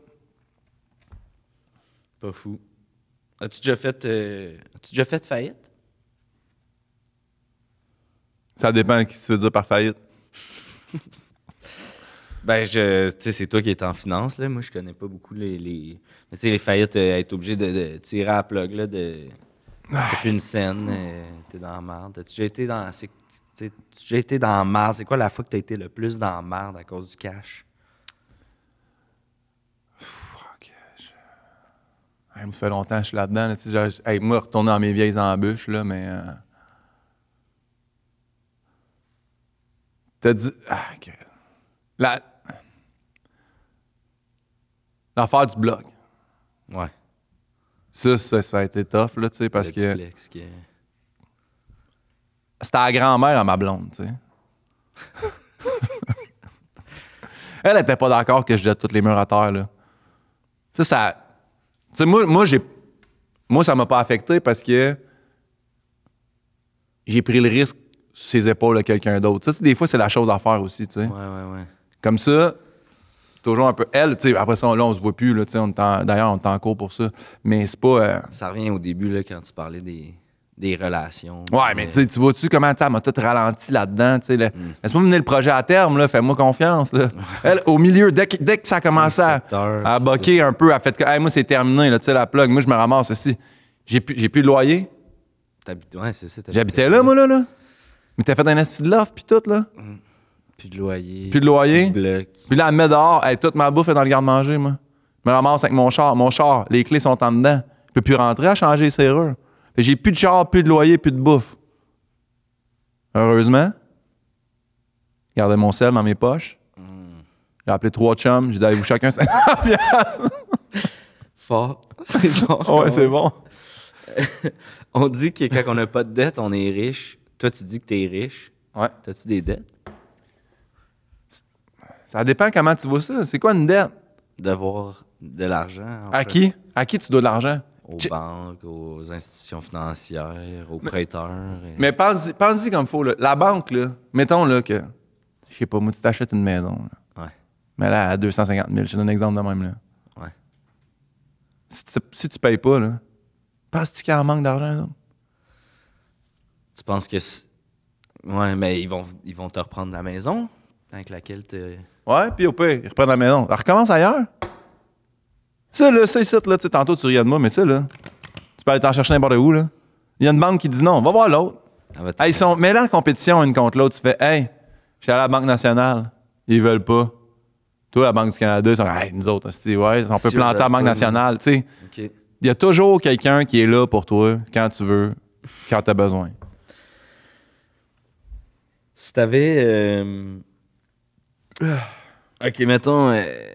Speaker 1: Pas fou. As-tu déjà fait, euh, as-tu déjà fait faillite?
Speaker 2: Ça dépend de ce que tu veux dire par faillite.
Speaker 1: Ben, je, tu sais, c'est toi qui es en finance, là. Moi, je connais pas beaucoup les. les... mais Tu sais, les faillites, euh, être obligé de, de tirer à la plug, là, de. T'as plus une scène, euh, t'es dans la merde. T'as-tu déjà été dans. c'est- tu sais, t'as-tu déjà été dans la merde? C'est quoi la fois que t'as été le plus dans la merde à cause du cash?
Speaker 2: Hey, me fait longtemps que je suis là-dedans. Là, tu sais, genre, hey, moi, retourner dans mes vieilles embûches, là, mais. euh, T'as dit. Ah, ok. La... L'affaire du blog.
Speaker 1: Ouais.
Speaker 2: Ça, ça, ça a été tough, là, tu sais, parce
Speaker 1: Le
Speaker 2: que
Speaker 1: duplex que-
Speaker 2: c'était la grand-mère à ma blonde, tu sais. Elle était pas d'accord que je jette tous les murs à terre, là. Ça, ça. Tu sais, moi, moi, j'ai, moi, ça m'a pas affecté parce que j'ai pris le risque sur les épaules de quelqu'un d'autre. Ça, c'est- des fois, c'est la chose à faire aussi, tu
Speaker 1: Ouais,
Speaker 2: sais.
Speaker 1: ouais, ouais.
Speaker 2: Comme ça, toujours un peu elle, tu sais, après ça, on- là, on se voit plus, là, tu sais, on est en- d'ailleurs, on est en cours pour ça. Mais c'est pas... euh,
Speaker 3: Ça revient au début, là, quand tu parlais des, des relations.
Speaker 2: Ouais, mais tu sais, tu vois-tu comment ça m'a tout ralenti là-dedans? tu sais, là. Laisse-moi mener le projet à terme, là, fais-moi confiance. Là. Elle, au milieu, dès que, dès que ça a commencé à,
Speaker 3: Inspecteur,
Speaker 2: à
Speaker 3: tout
Speaker 2: boquer un peu, à fait que hey, moi, c'est terminé, là, tu sais, la plug, moi, je me ramasse ici. J'ai plus, j'ai plus de loyer.
Speaker 3: t'habites- Ouais, c'est ça. t'habitais
Speaker 2: J'habitais là, moi, là. là. Mais t'as fait un esti de loft, puis tout, là.
Speaker 3: Plus de loyer.
Speaker 2: Plus de loyer.
Speaker 3: Plus de bloc.
Speaker 2: Puis là, elle me met dehors. Hey, toute ma bouffe est dans le garde-manger, moi. Je me ramasse avec mon char. Mon char, les clés sont en dedans. Je peux plus rentrer à changer les serrures. Fait que J'ai plus de char, plus de loyer, plus de bouffe. Heureusement, je gardais mon sel dans mes poches. J'ai appelé trois chums. J'ai dit, avez-vous chacun 50
Speaker 3: Fort. C'est fort.
Speaker 2: Ouais, c'est bon.
Speaker 3: On dit que quand on n'a pas de dette, on est riche. Toi, tu dis que t'es riche.
Speaker 2: Ouais.
Speaker 3: T'as-tu des dettes?
Speaker 2: Ça dépend comment tu vois ça. C'est quoi une dette?
Speaker 3: D'avoir de l'argent. en
Speaker 2: À
Speaker 3: fait.
Speaker 2: qui? À qui tu dois de l'argent?
Speaker 3: Aux
Speaker 2: Ch-
Speaker 3: banques, aux institutions financières, aux prêteurs. et-
Speaker 2: Mais pense-y pense-y comme il faut. là. La banque, là, mettons là, que, je sais pas, moi, tu t'achètes une maison. là.
Speaker 3: Ouais.
Speaker 2: Mais là, à 250 000, je te donne un exemple de même. Là.
Speaker 3: Ouais.
Speaker 2: Si, tu, si tu payes pas, là, penses-tu qu'il y a un manque d'argent? là?
Speaker 3: Tu penses que. c'est- Ouais, mais ils vont, ils vont te reprendre la maison avec laquelle tu.
Speaker 2: Ouais, puis au pire, ils reprennent la maison. Alors, recommence ailleurs. Ça, là, ça, ici, là, tu sais, tantôt, tu riais de moi, mais ça, là, tu peux aller t'en chercher n'importe où, là. Il y a une banque qui dit non, va voir l'autre. Hey, ils sont mêlés en compétition une contre l'autre. Tu fais, hey, je suis allé à la Banque nationale. Ils veulent pas. Toi, la Banque du Canada, ils sont, hey, nous autres, hostie, ouais, on peut
Speaker 3: Si,
Speaker 2: planter
Speaker 3: on veut
Speaker 2: la Banque
Speaker 3: pas,
Speaker 2: nationale. Tu sais,
Speaker 3: Ok.
Speaker 2: il y a toujours quelqu'un qui est là pour toi quand tu veux, quand tu as besoin.
Speaker 3: Si t'avais. euh, Ah. Ok, mettons. euh,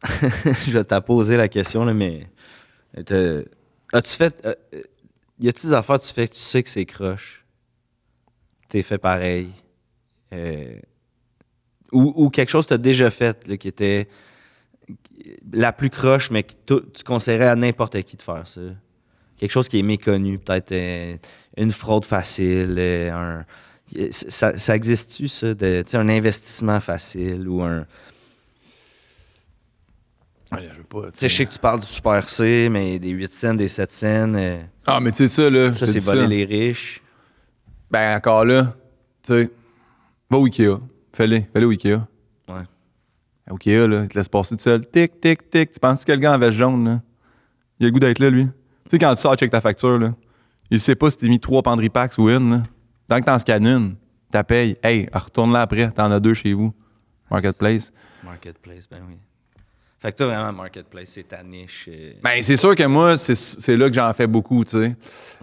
Speaker 3: je vais t'as posé la question, là, mais. euh, t'as- As-tu fait. euh, euh, y a-tu des affaires que tu fais que tu sais que c'est croche? T'es fait pareil? Euh, Ou, ou quelque chose que t'as déjà fait, là, qui était la plus croche, mais que to- tu conseillerais à n'importe qui de faire ça? Quelque chose qui est méconnu, peut-être euh, une fraude facile, euh, un. Ça, ça existe-tu, ça, de, tu sais, un investissement facile ou un...
Speaker 2: je veux pas.
Speaker 3: Tu sais, je sais que tu parles du Super C, mais des 8 cents, des 7 cents, euh,
Speaker 2: Ah, mais tu sais, ça, là.
Speaker 3: ça,
Speaker 2: je te
Speaker 3: c'est
Speaker 2: dis
Speaker 3: voler les riches.
Speaker 2: Ben, encore là, tu sais, va au Ikea. Fais-le, fais-le au Ikea.
Speaker 3: Ouais.
Speaker 2: Au Ikea, Ah, là, il te laisse passer tout seul. Tic, tic, tic. Tu penses que le gars en veste jaune, là, il a le goût d'être là, lui. Tu sais, quand tu sors, check ta facture, là, il sait pas si t'es mis trois pandripacks ou une, là. Tant que t'en scannes une, t'as payé. Hey, retourne-la après, t'en as deux chez vous. Marketplace.
Speaker 3: Marketplace, ben oui. Fait que toi, vraiment, Marketplace, c'est ta niche. euh,
Speaker 2: Ben, c'est sûr que moi, c'est- c'est là que j'en fais beaucoup, tu sais.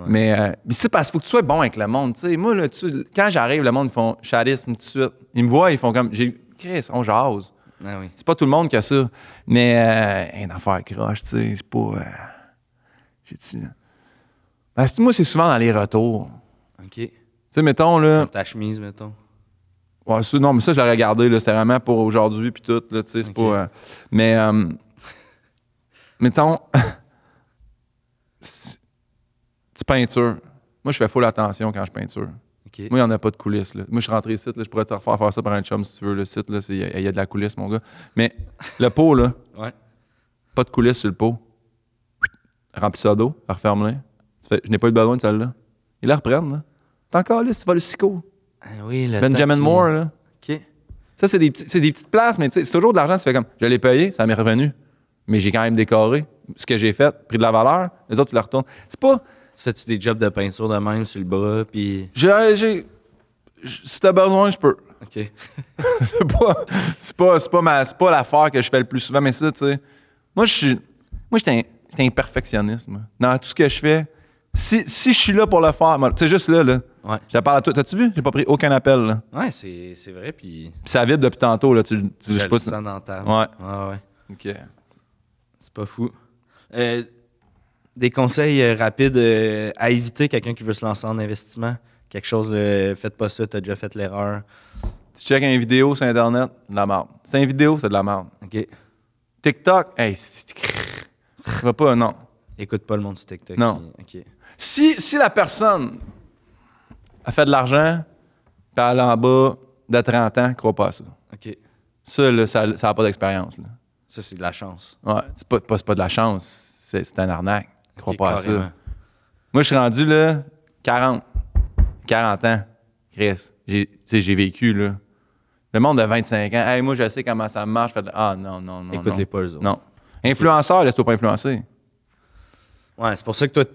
Speaker 2: Mais euh, pis c'est parce qu'il faut que tu sois bon avec le monde, tu sais. Moi, là, tu- quand j'arrive, le monde, ils font charisme tout de suite. Ils me voient, ils font comme, j'ai- Chris, on jase.
Speaker 3: Ah oui.
Speaker 2: C'est pas tout le monde qui a ça. Mais, euh, une affaire croche, tu sais. C'est pas. euh, J'ai-tu. hein? Ben, c'est- moi, c'est souvent dans les retours.
Speaker 3: OK.
Speaker 2: Tu sais, mettons, là.
Speaker 3: Ta chemise, mettons.
Speaker 2: Ouais, ça, non, mais ça, je l'aurais gardé, là. C'est vraiment pour aujourd'hui, puis tout, là, tu sais, c'est
Speaker 3: Ok.
Speaker 2: pas... euh, mais, euh, mettons, si- tu peinture. Moi, je fais full attention quand je peinture.
Speaker 3: OK.
Speaker 2: Moi, il n'y en a pas de coulisses, là. Moi, je suis rentré ici, là, je pourrais te refaire faire ça par un chum, si tu veux, le site, là, c'est- il y, a- il y a de la coulisse, mon gars. Mais le pot, là,
Speaker 3: Ouais.
Speaker 2: pas de coulisse sur le pot. Remplis ça d'eau, referme-le. Tu fais, je n'ai pas eu besoin de celle-là. Ils la reprennent, là. T'es encore là, si tu vas le SICO.
Speaker 3: Ah oui, le
Speaker 2: Benjamin
Speaker 3: tapis.
Speaker 2: Moore, là.
Speaker 3: OK.
Speaker 2: Ça, c'est des, petits- c'est des petites places, mais tu sais, c'est toujours de l'argent. Tu fais comme, je l'ai payé, ça m'est revenu. Mais j'ai quand même décoré ce que j'ai fait, pris de la valeur. Les autres, tu le retournes. C'est pas,
Speaker 3: Tu fais-tu des jobs de peinture de même sur le bras, puis...
Speaker 2: j'ai, j'ai- j- si t'as besoin, je peux.
Speaker 3: OK.
Speaker 2: c'est pas, c'est pas, c'est pas, ma- c'est pas l'affaire que je fais le plus souvent, mais ça, tu sais. Moi, je suis, moi, j'étais un, j'étais un perfectionniste, moi. Dans tout ce que je fais, si, si je suis là pour le faire, moi, tu sais, juste là, là.
Speaker 3: Ouais.
Speaker 2: Je te parle à toi. T'as-tu vu? J'ai pas pris aucun appel, là.
Speaker 3: Ouais, c'est c'est vrai, puis...
Speaker 2: Puis ça vibre depuis tantôt, là. Tu, tu- je
Speaker 3: Je
Speaker 2: sais
Speaker 3: le
Speaker 2: pas.
Speaker 3: sens dans ta...
Speaker 2: Ouais.
Speaker 3: Ah ouais.
Speaker 2: Ok.
Speaker 3: C'est pas fou. Euh, des conseils euh, rapides euh, à éviter quelqu'un qui veut se lancer en investissement. Quelque chose, euh, faites pas ça, t'as déjà fait l'erreur.
Speaker 2: Tu checkes une vidéo sur Internet, de la merde. C'est une vidéo, c'est de la merde.
Speaker 3: OK.
Speaker 2: TikTok, hey, si tu crrr, Va pas, non.
Speaker 1: Écoute pas le monde sur TikTok.
Speaker 2: Non.
Speaker 1: qui- ok.
Speaker 2: Si, si la personne a fait de l'argent, puis elle est en bas de 30 ans, crois pas à ça.
Speaker 1: Ok.
Speaker 2: Ça, là, ça n'a pas d'expérience. là.
Speaker 1: Ça, c'est de la chance.
Speaker 2: Ouais, c'est pas, pas, c'est pas de la chance, c'est c'est un arnaque. Crois
Speaker 1: Ok,
Speaker 2: pas à
Speaker 1: carrément.
Speaker 2: ça. Moi, je suis rendu là, 40, 40 ans. Chris, j'ai tu sais, j'ai vécu là. Le monde de 25 ans, hey, moi, je sais comment ça marche. Fait de- ah non, non, non.
Speaker 1: Écoute
Speaker 2: non.
Speaker 1: les pas eux autres.
Speaker 2: Non. Influenceur, laisse-toi pas influencer.
Speaker 1: Ouais, c'est pour ça que toi,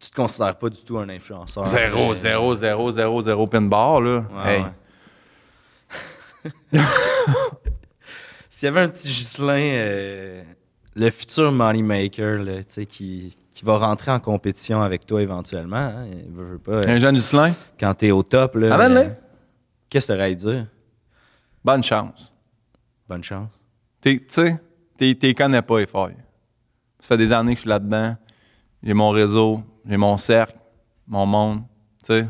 Speaker 1: tu te considères pas du tout un influenceur.
Speaker 2: Zéro,
Speaker 1: Euh,
Speaker 2: zéro, zéro, zéro, zéro pin bar, là.
Speaker 1: Ouais,
Speaker 2: Hey.
Speaker 1: ouais. S'il y avait un petit Ghislain, euh, le futur moneymaker, là, tu sais, qui, qui va rentrer en compétition avec toi éventuellement, hein, il veut, veut pas, euh,
Speaker 2: Un jeune Ghislain,
Speaker 1: quand t'es au top, là,
Speaker 2: Amène-le.
Speaker 1: euh, qu'est-ce que t'aurais à dire?
Speaker 2: bonne chance.
Speaker 1: Bonne chance.
Speaker 2: T'es- Tu sais, t'es- t'es connais pas, les failles. Ça fait des années que je suis là-dedans. J'ai mon réseau, j'ai mon cercle, mon monde. Tu sais,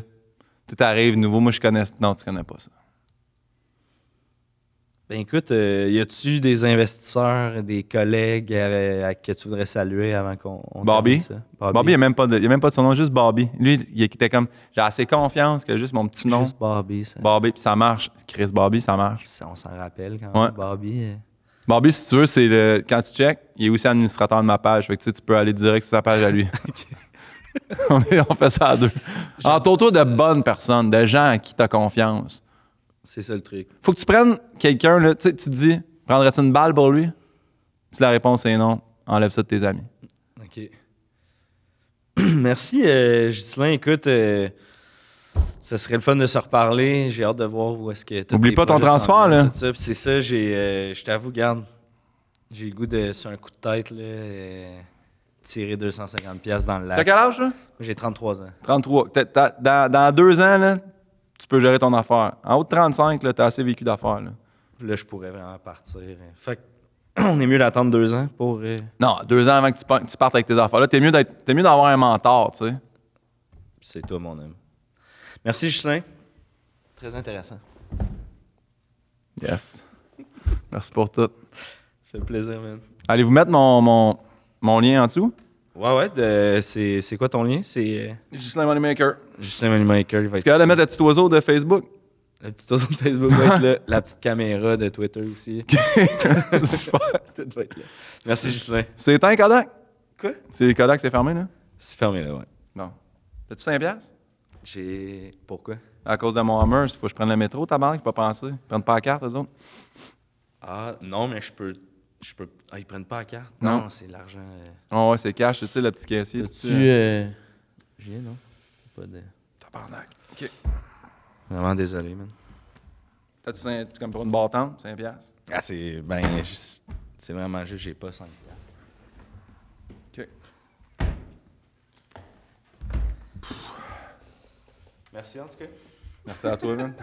Speaker 2: tout arrive nouveau. Moi, je connais. Non, tu connais pas ça.
Speaker 1: Ben écoute, euh, y a-tu des investisseurs, des collègues euh, à- que tu voudrais saluer avant qu'on on
Speaker 2: Barbie?
Speaker 1: termine ça?
Speaker 2: Bobby, il n'y a, même pas de- il y a même pas de son nom, juste Bobby. Lui, il était comme, j'ai assez confiance que juste mon petit nom,
Speaker 1: Juste Barbie, ça.
Speaker 2: Barbie, puis ça marche. Chris Bobby, ça marche.
Speaker 1: Ça, On s'en rappelle quand
Speaker 2: Ouais.
Speaker 1: même, Barbie. euh,
Speaker 2: Barbie, si tu veux, c'est le, quand tu check, il est aussi administrateur de ma page. Fait que tu, sais, tu peux aller direct sur sa page à lui. on, est- on fait ça à deux. Entoure-toi de bonnes personnes, de gens à qui tu as confiance.
Speaker 1: C'est ça le truc.
Speaker 2: Faut que tu prennes quelqu'un, là, tu sais, tu te dis, prendrais-tu une balle pour lui? Si la réponse est non, enlève ça de tes amis.
Speaker 1: OK. Merci, euh, Ghislain. Écoute, euh, ça serait le fun de se reparler. J'ai hâte de voir où est-ce que. tous
Speaker 2: Oublie
Speaker 1: tes
Speaker 2: pas ton
Speaker 1: projets s'en
Speaker 2: transfert,
Speaker 1: viennent,
Speaker 2: là.
Speaker 1: tout ça. Puis C'est ça, j'ai, euh, je t'avoue, garde. J'ai le goût de, sur un coup de tête, là, euh, tirer 250$ piastres dans le
Speaker 2: T'as
Speaker 1: lac.
Speaker 2: quel âge, là?
Speaker 1: J'ai 33 ans.
Speaker 2: 33. T'as- t'as- dans, dans deux ans, là, tu peux gérer ton affaire. En haut de 35, là, t'as assez vécu d'affaires. là.
Speaker 1: Là, je pourrais vraiment partir. Fait que, on est mieux d'attendre deux ans pour. euh,
Speaker 2: Non, deux ans avant que tu, pa- que tu partes avec tes affaires. Là, t'es mieux d'être- t'es mieux d'avoir un mentor, tu sais.
Speaker 1: C'est toi, mon homme. Merci, Ghislain. Très intéressant.
Speaker 2: Yes. Merci pour tout.
Speaker 1: Ça fait plaisir, man.
Speaker 2: Allez vous mettre mon, mon, mon lien en dessous?
Speaker 1: Ouais, ouais. de- c'est c'est quoi ton lien? C'est. euh,
Speaker 2: Justin Moneymaker.
Speaker 1: Justin Moneymaker, il va être
Speaker 2: Tu capable de
Speaker 1: ici.
Speaker 2: mettre le petit oiseau de Facebook?
Speaker 1: le petit oiseau de Facebook, va être là. la petite caméra de Twitter aussi.
Speaker 2: Super.
Speaker 1: Tout va être là. Merci Justin.
Speaker 2: C'est éteint, Kodak?
Speaker 1: Quoi?
Speaker 2: C'est Kodak, c'est fermé, là?
Speaker 1: C'est fermé là, ouais.
Speaker 2: Non. T'as-tu 5 piastres?
Speaker 1: J'ai... Pourquoi?
Speaker 2: À cause de mon Hummer, il faut que je prenne le métro, ta banque, pas penser. Ils prennent pas la carte, eux autres.
Speaker 1: Ah, non, mais je peux... Je peux... Ah, ils prennent pas la carte?
Speaker 2: Non.
Speaker 1: c'est l'argent... euh.
Speaker 2: Oh, ouais, c'est cash, tu sais, le petit caissier.
Speaker 1: Tu...
Speaker 2: tu sais.
Speaker 1: euh, J'ai, non? Pas de...
Speaker 2: Tabarnak. OK.
Speaker 1: Vraiment désolé, man.
Speaker 2: T'as-tu cinq- tu comme pour une bâtante, 5 piastres?
Speaker 1: Ah, c'est... Ben, je- c'est vraiment juste, j'ai pas 5
Speaker 2: OK.
Speaker 1: Merci en tout cas.
Speaker 2: Merci à toi, man.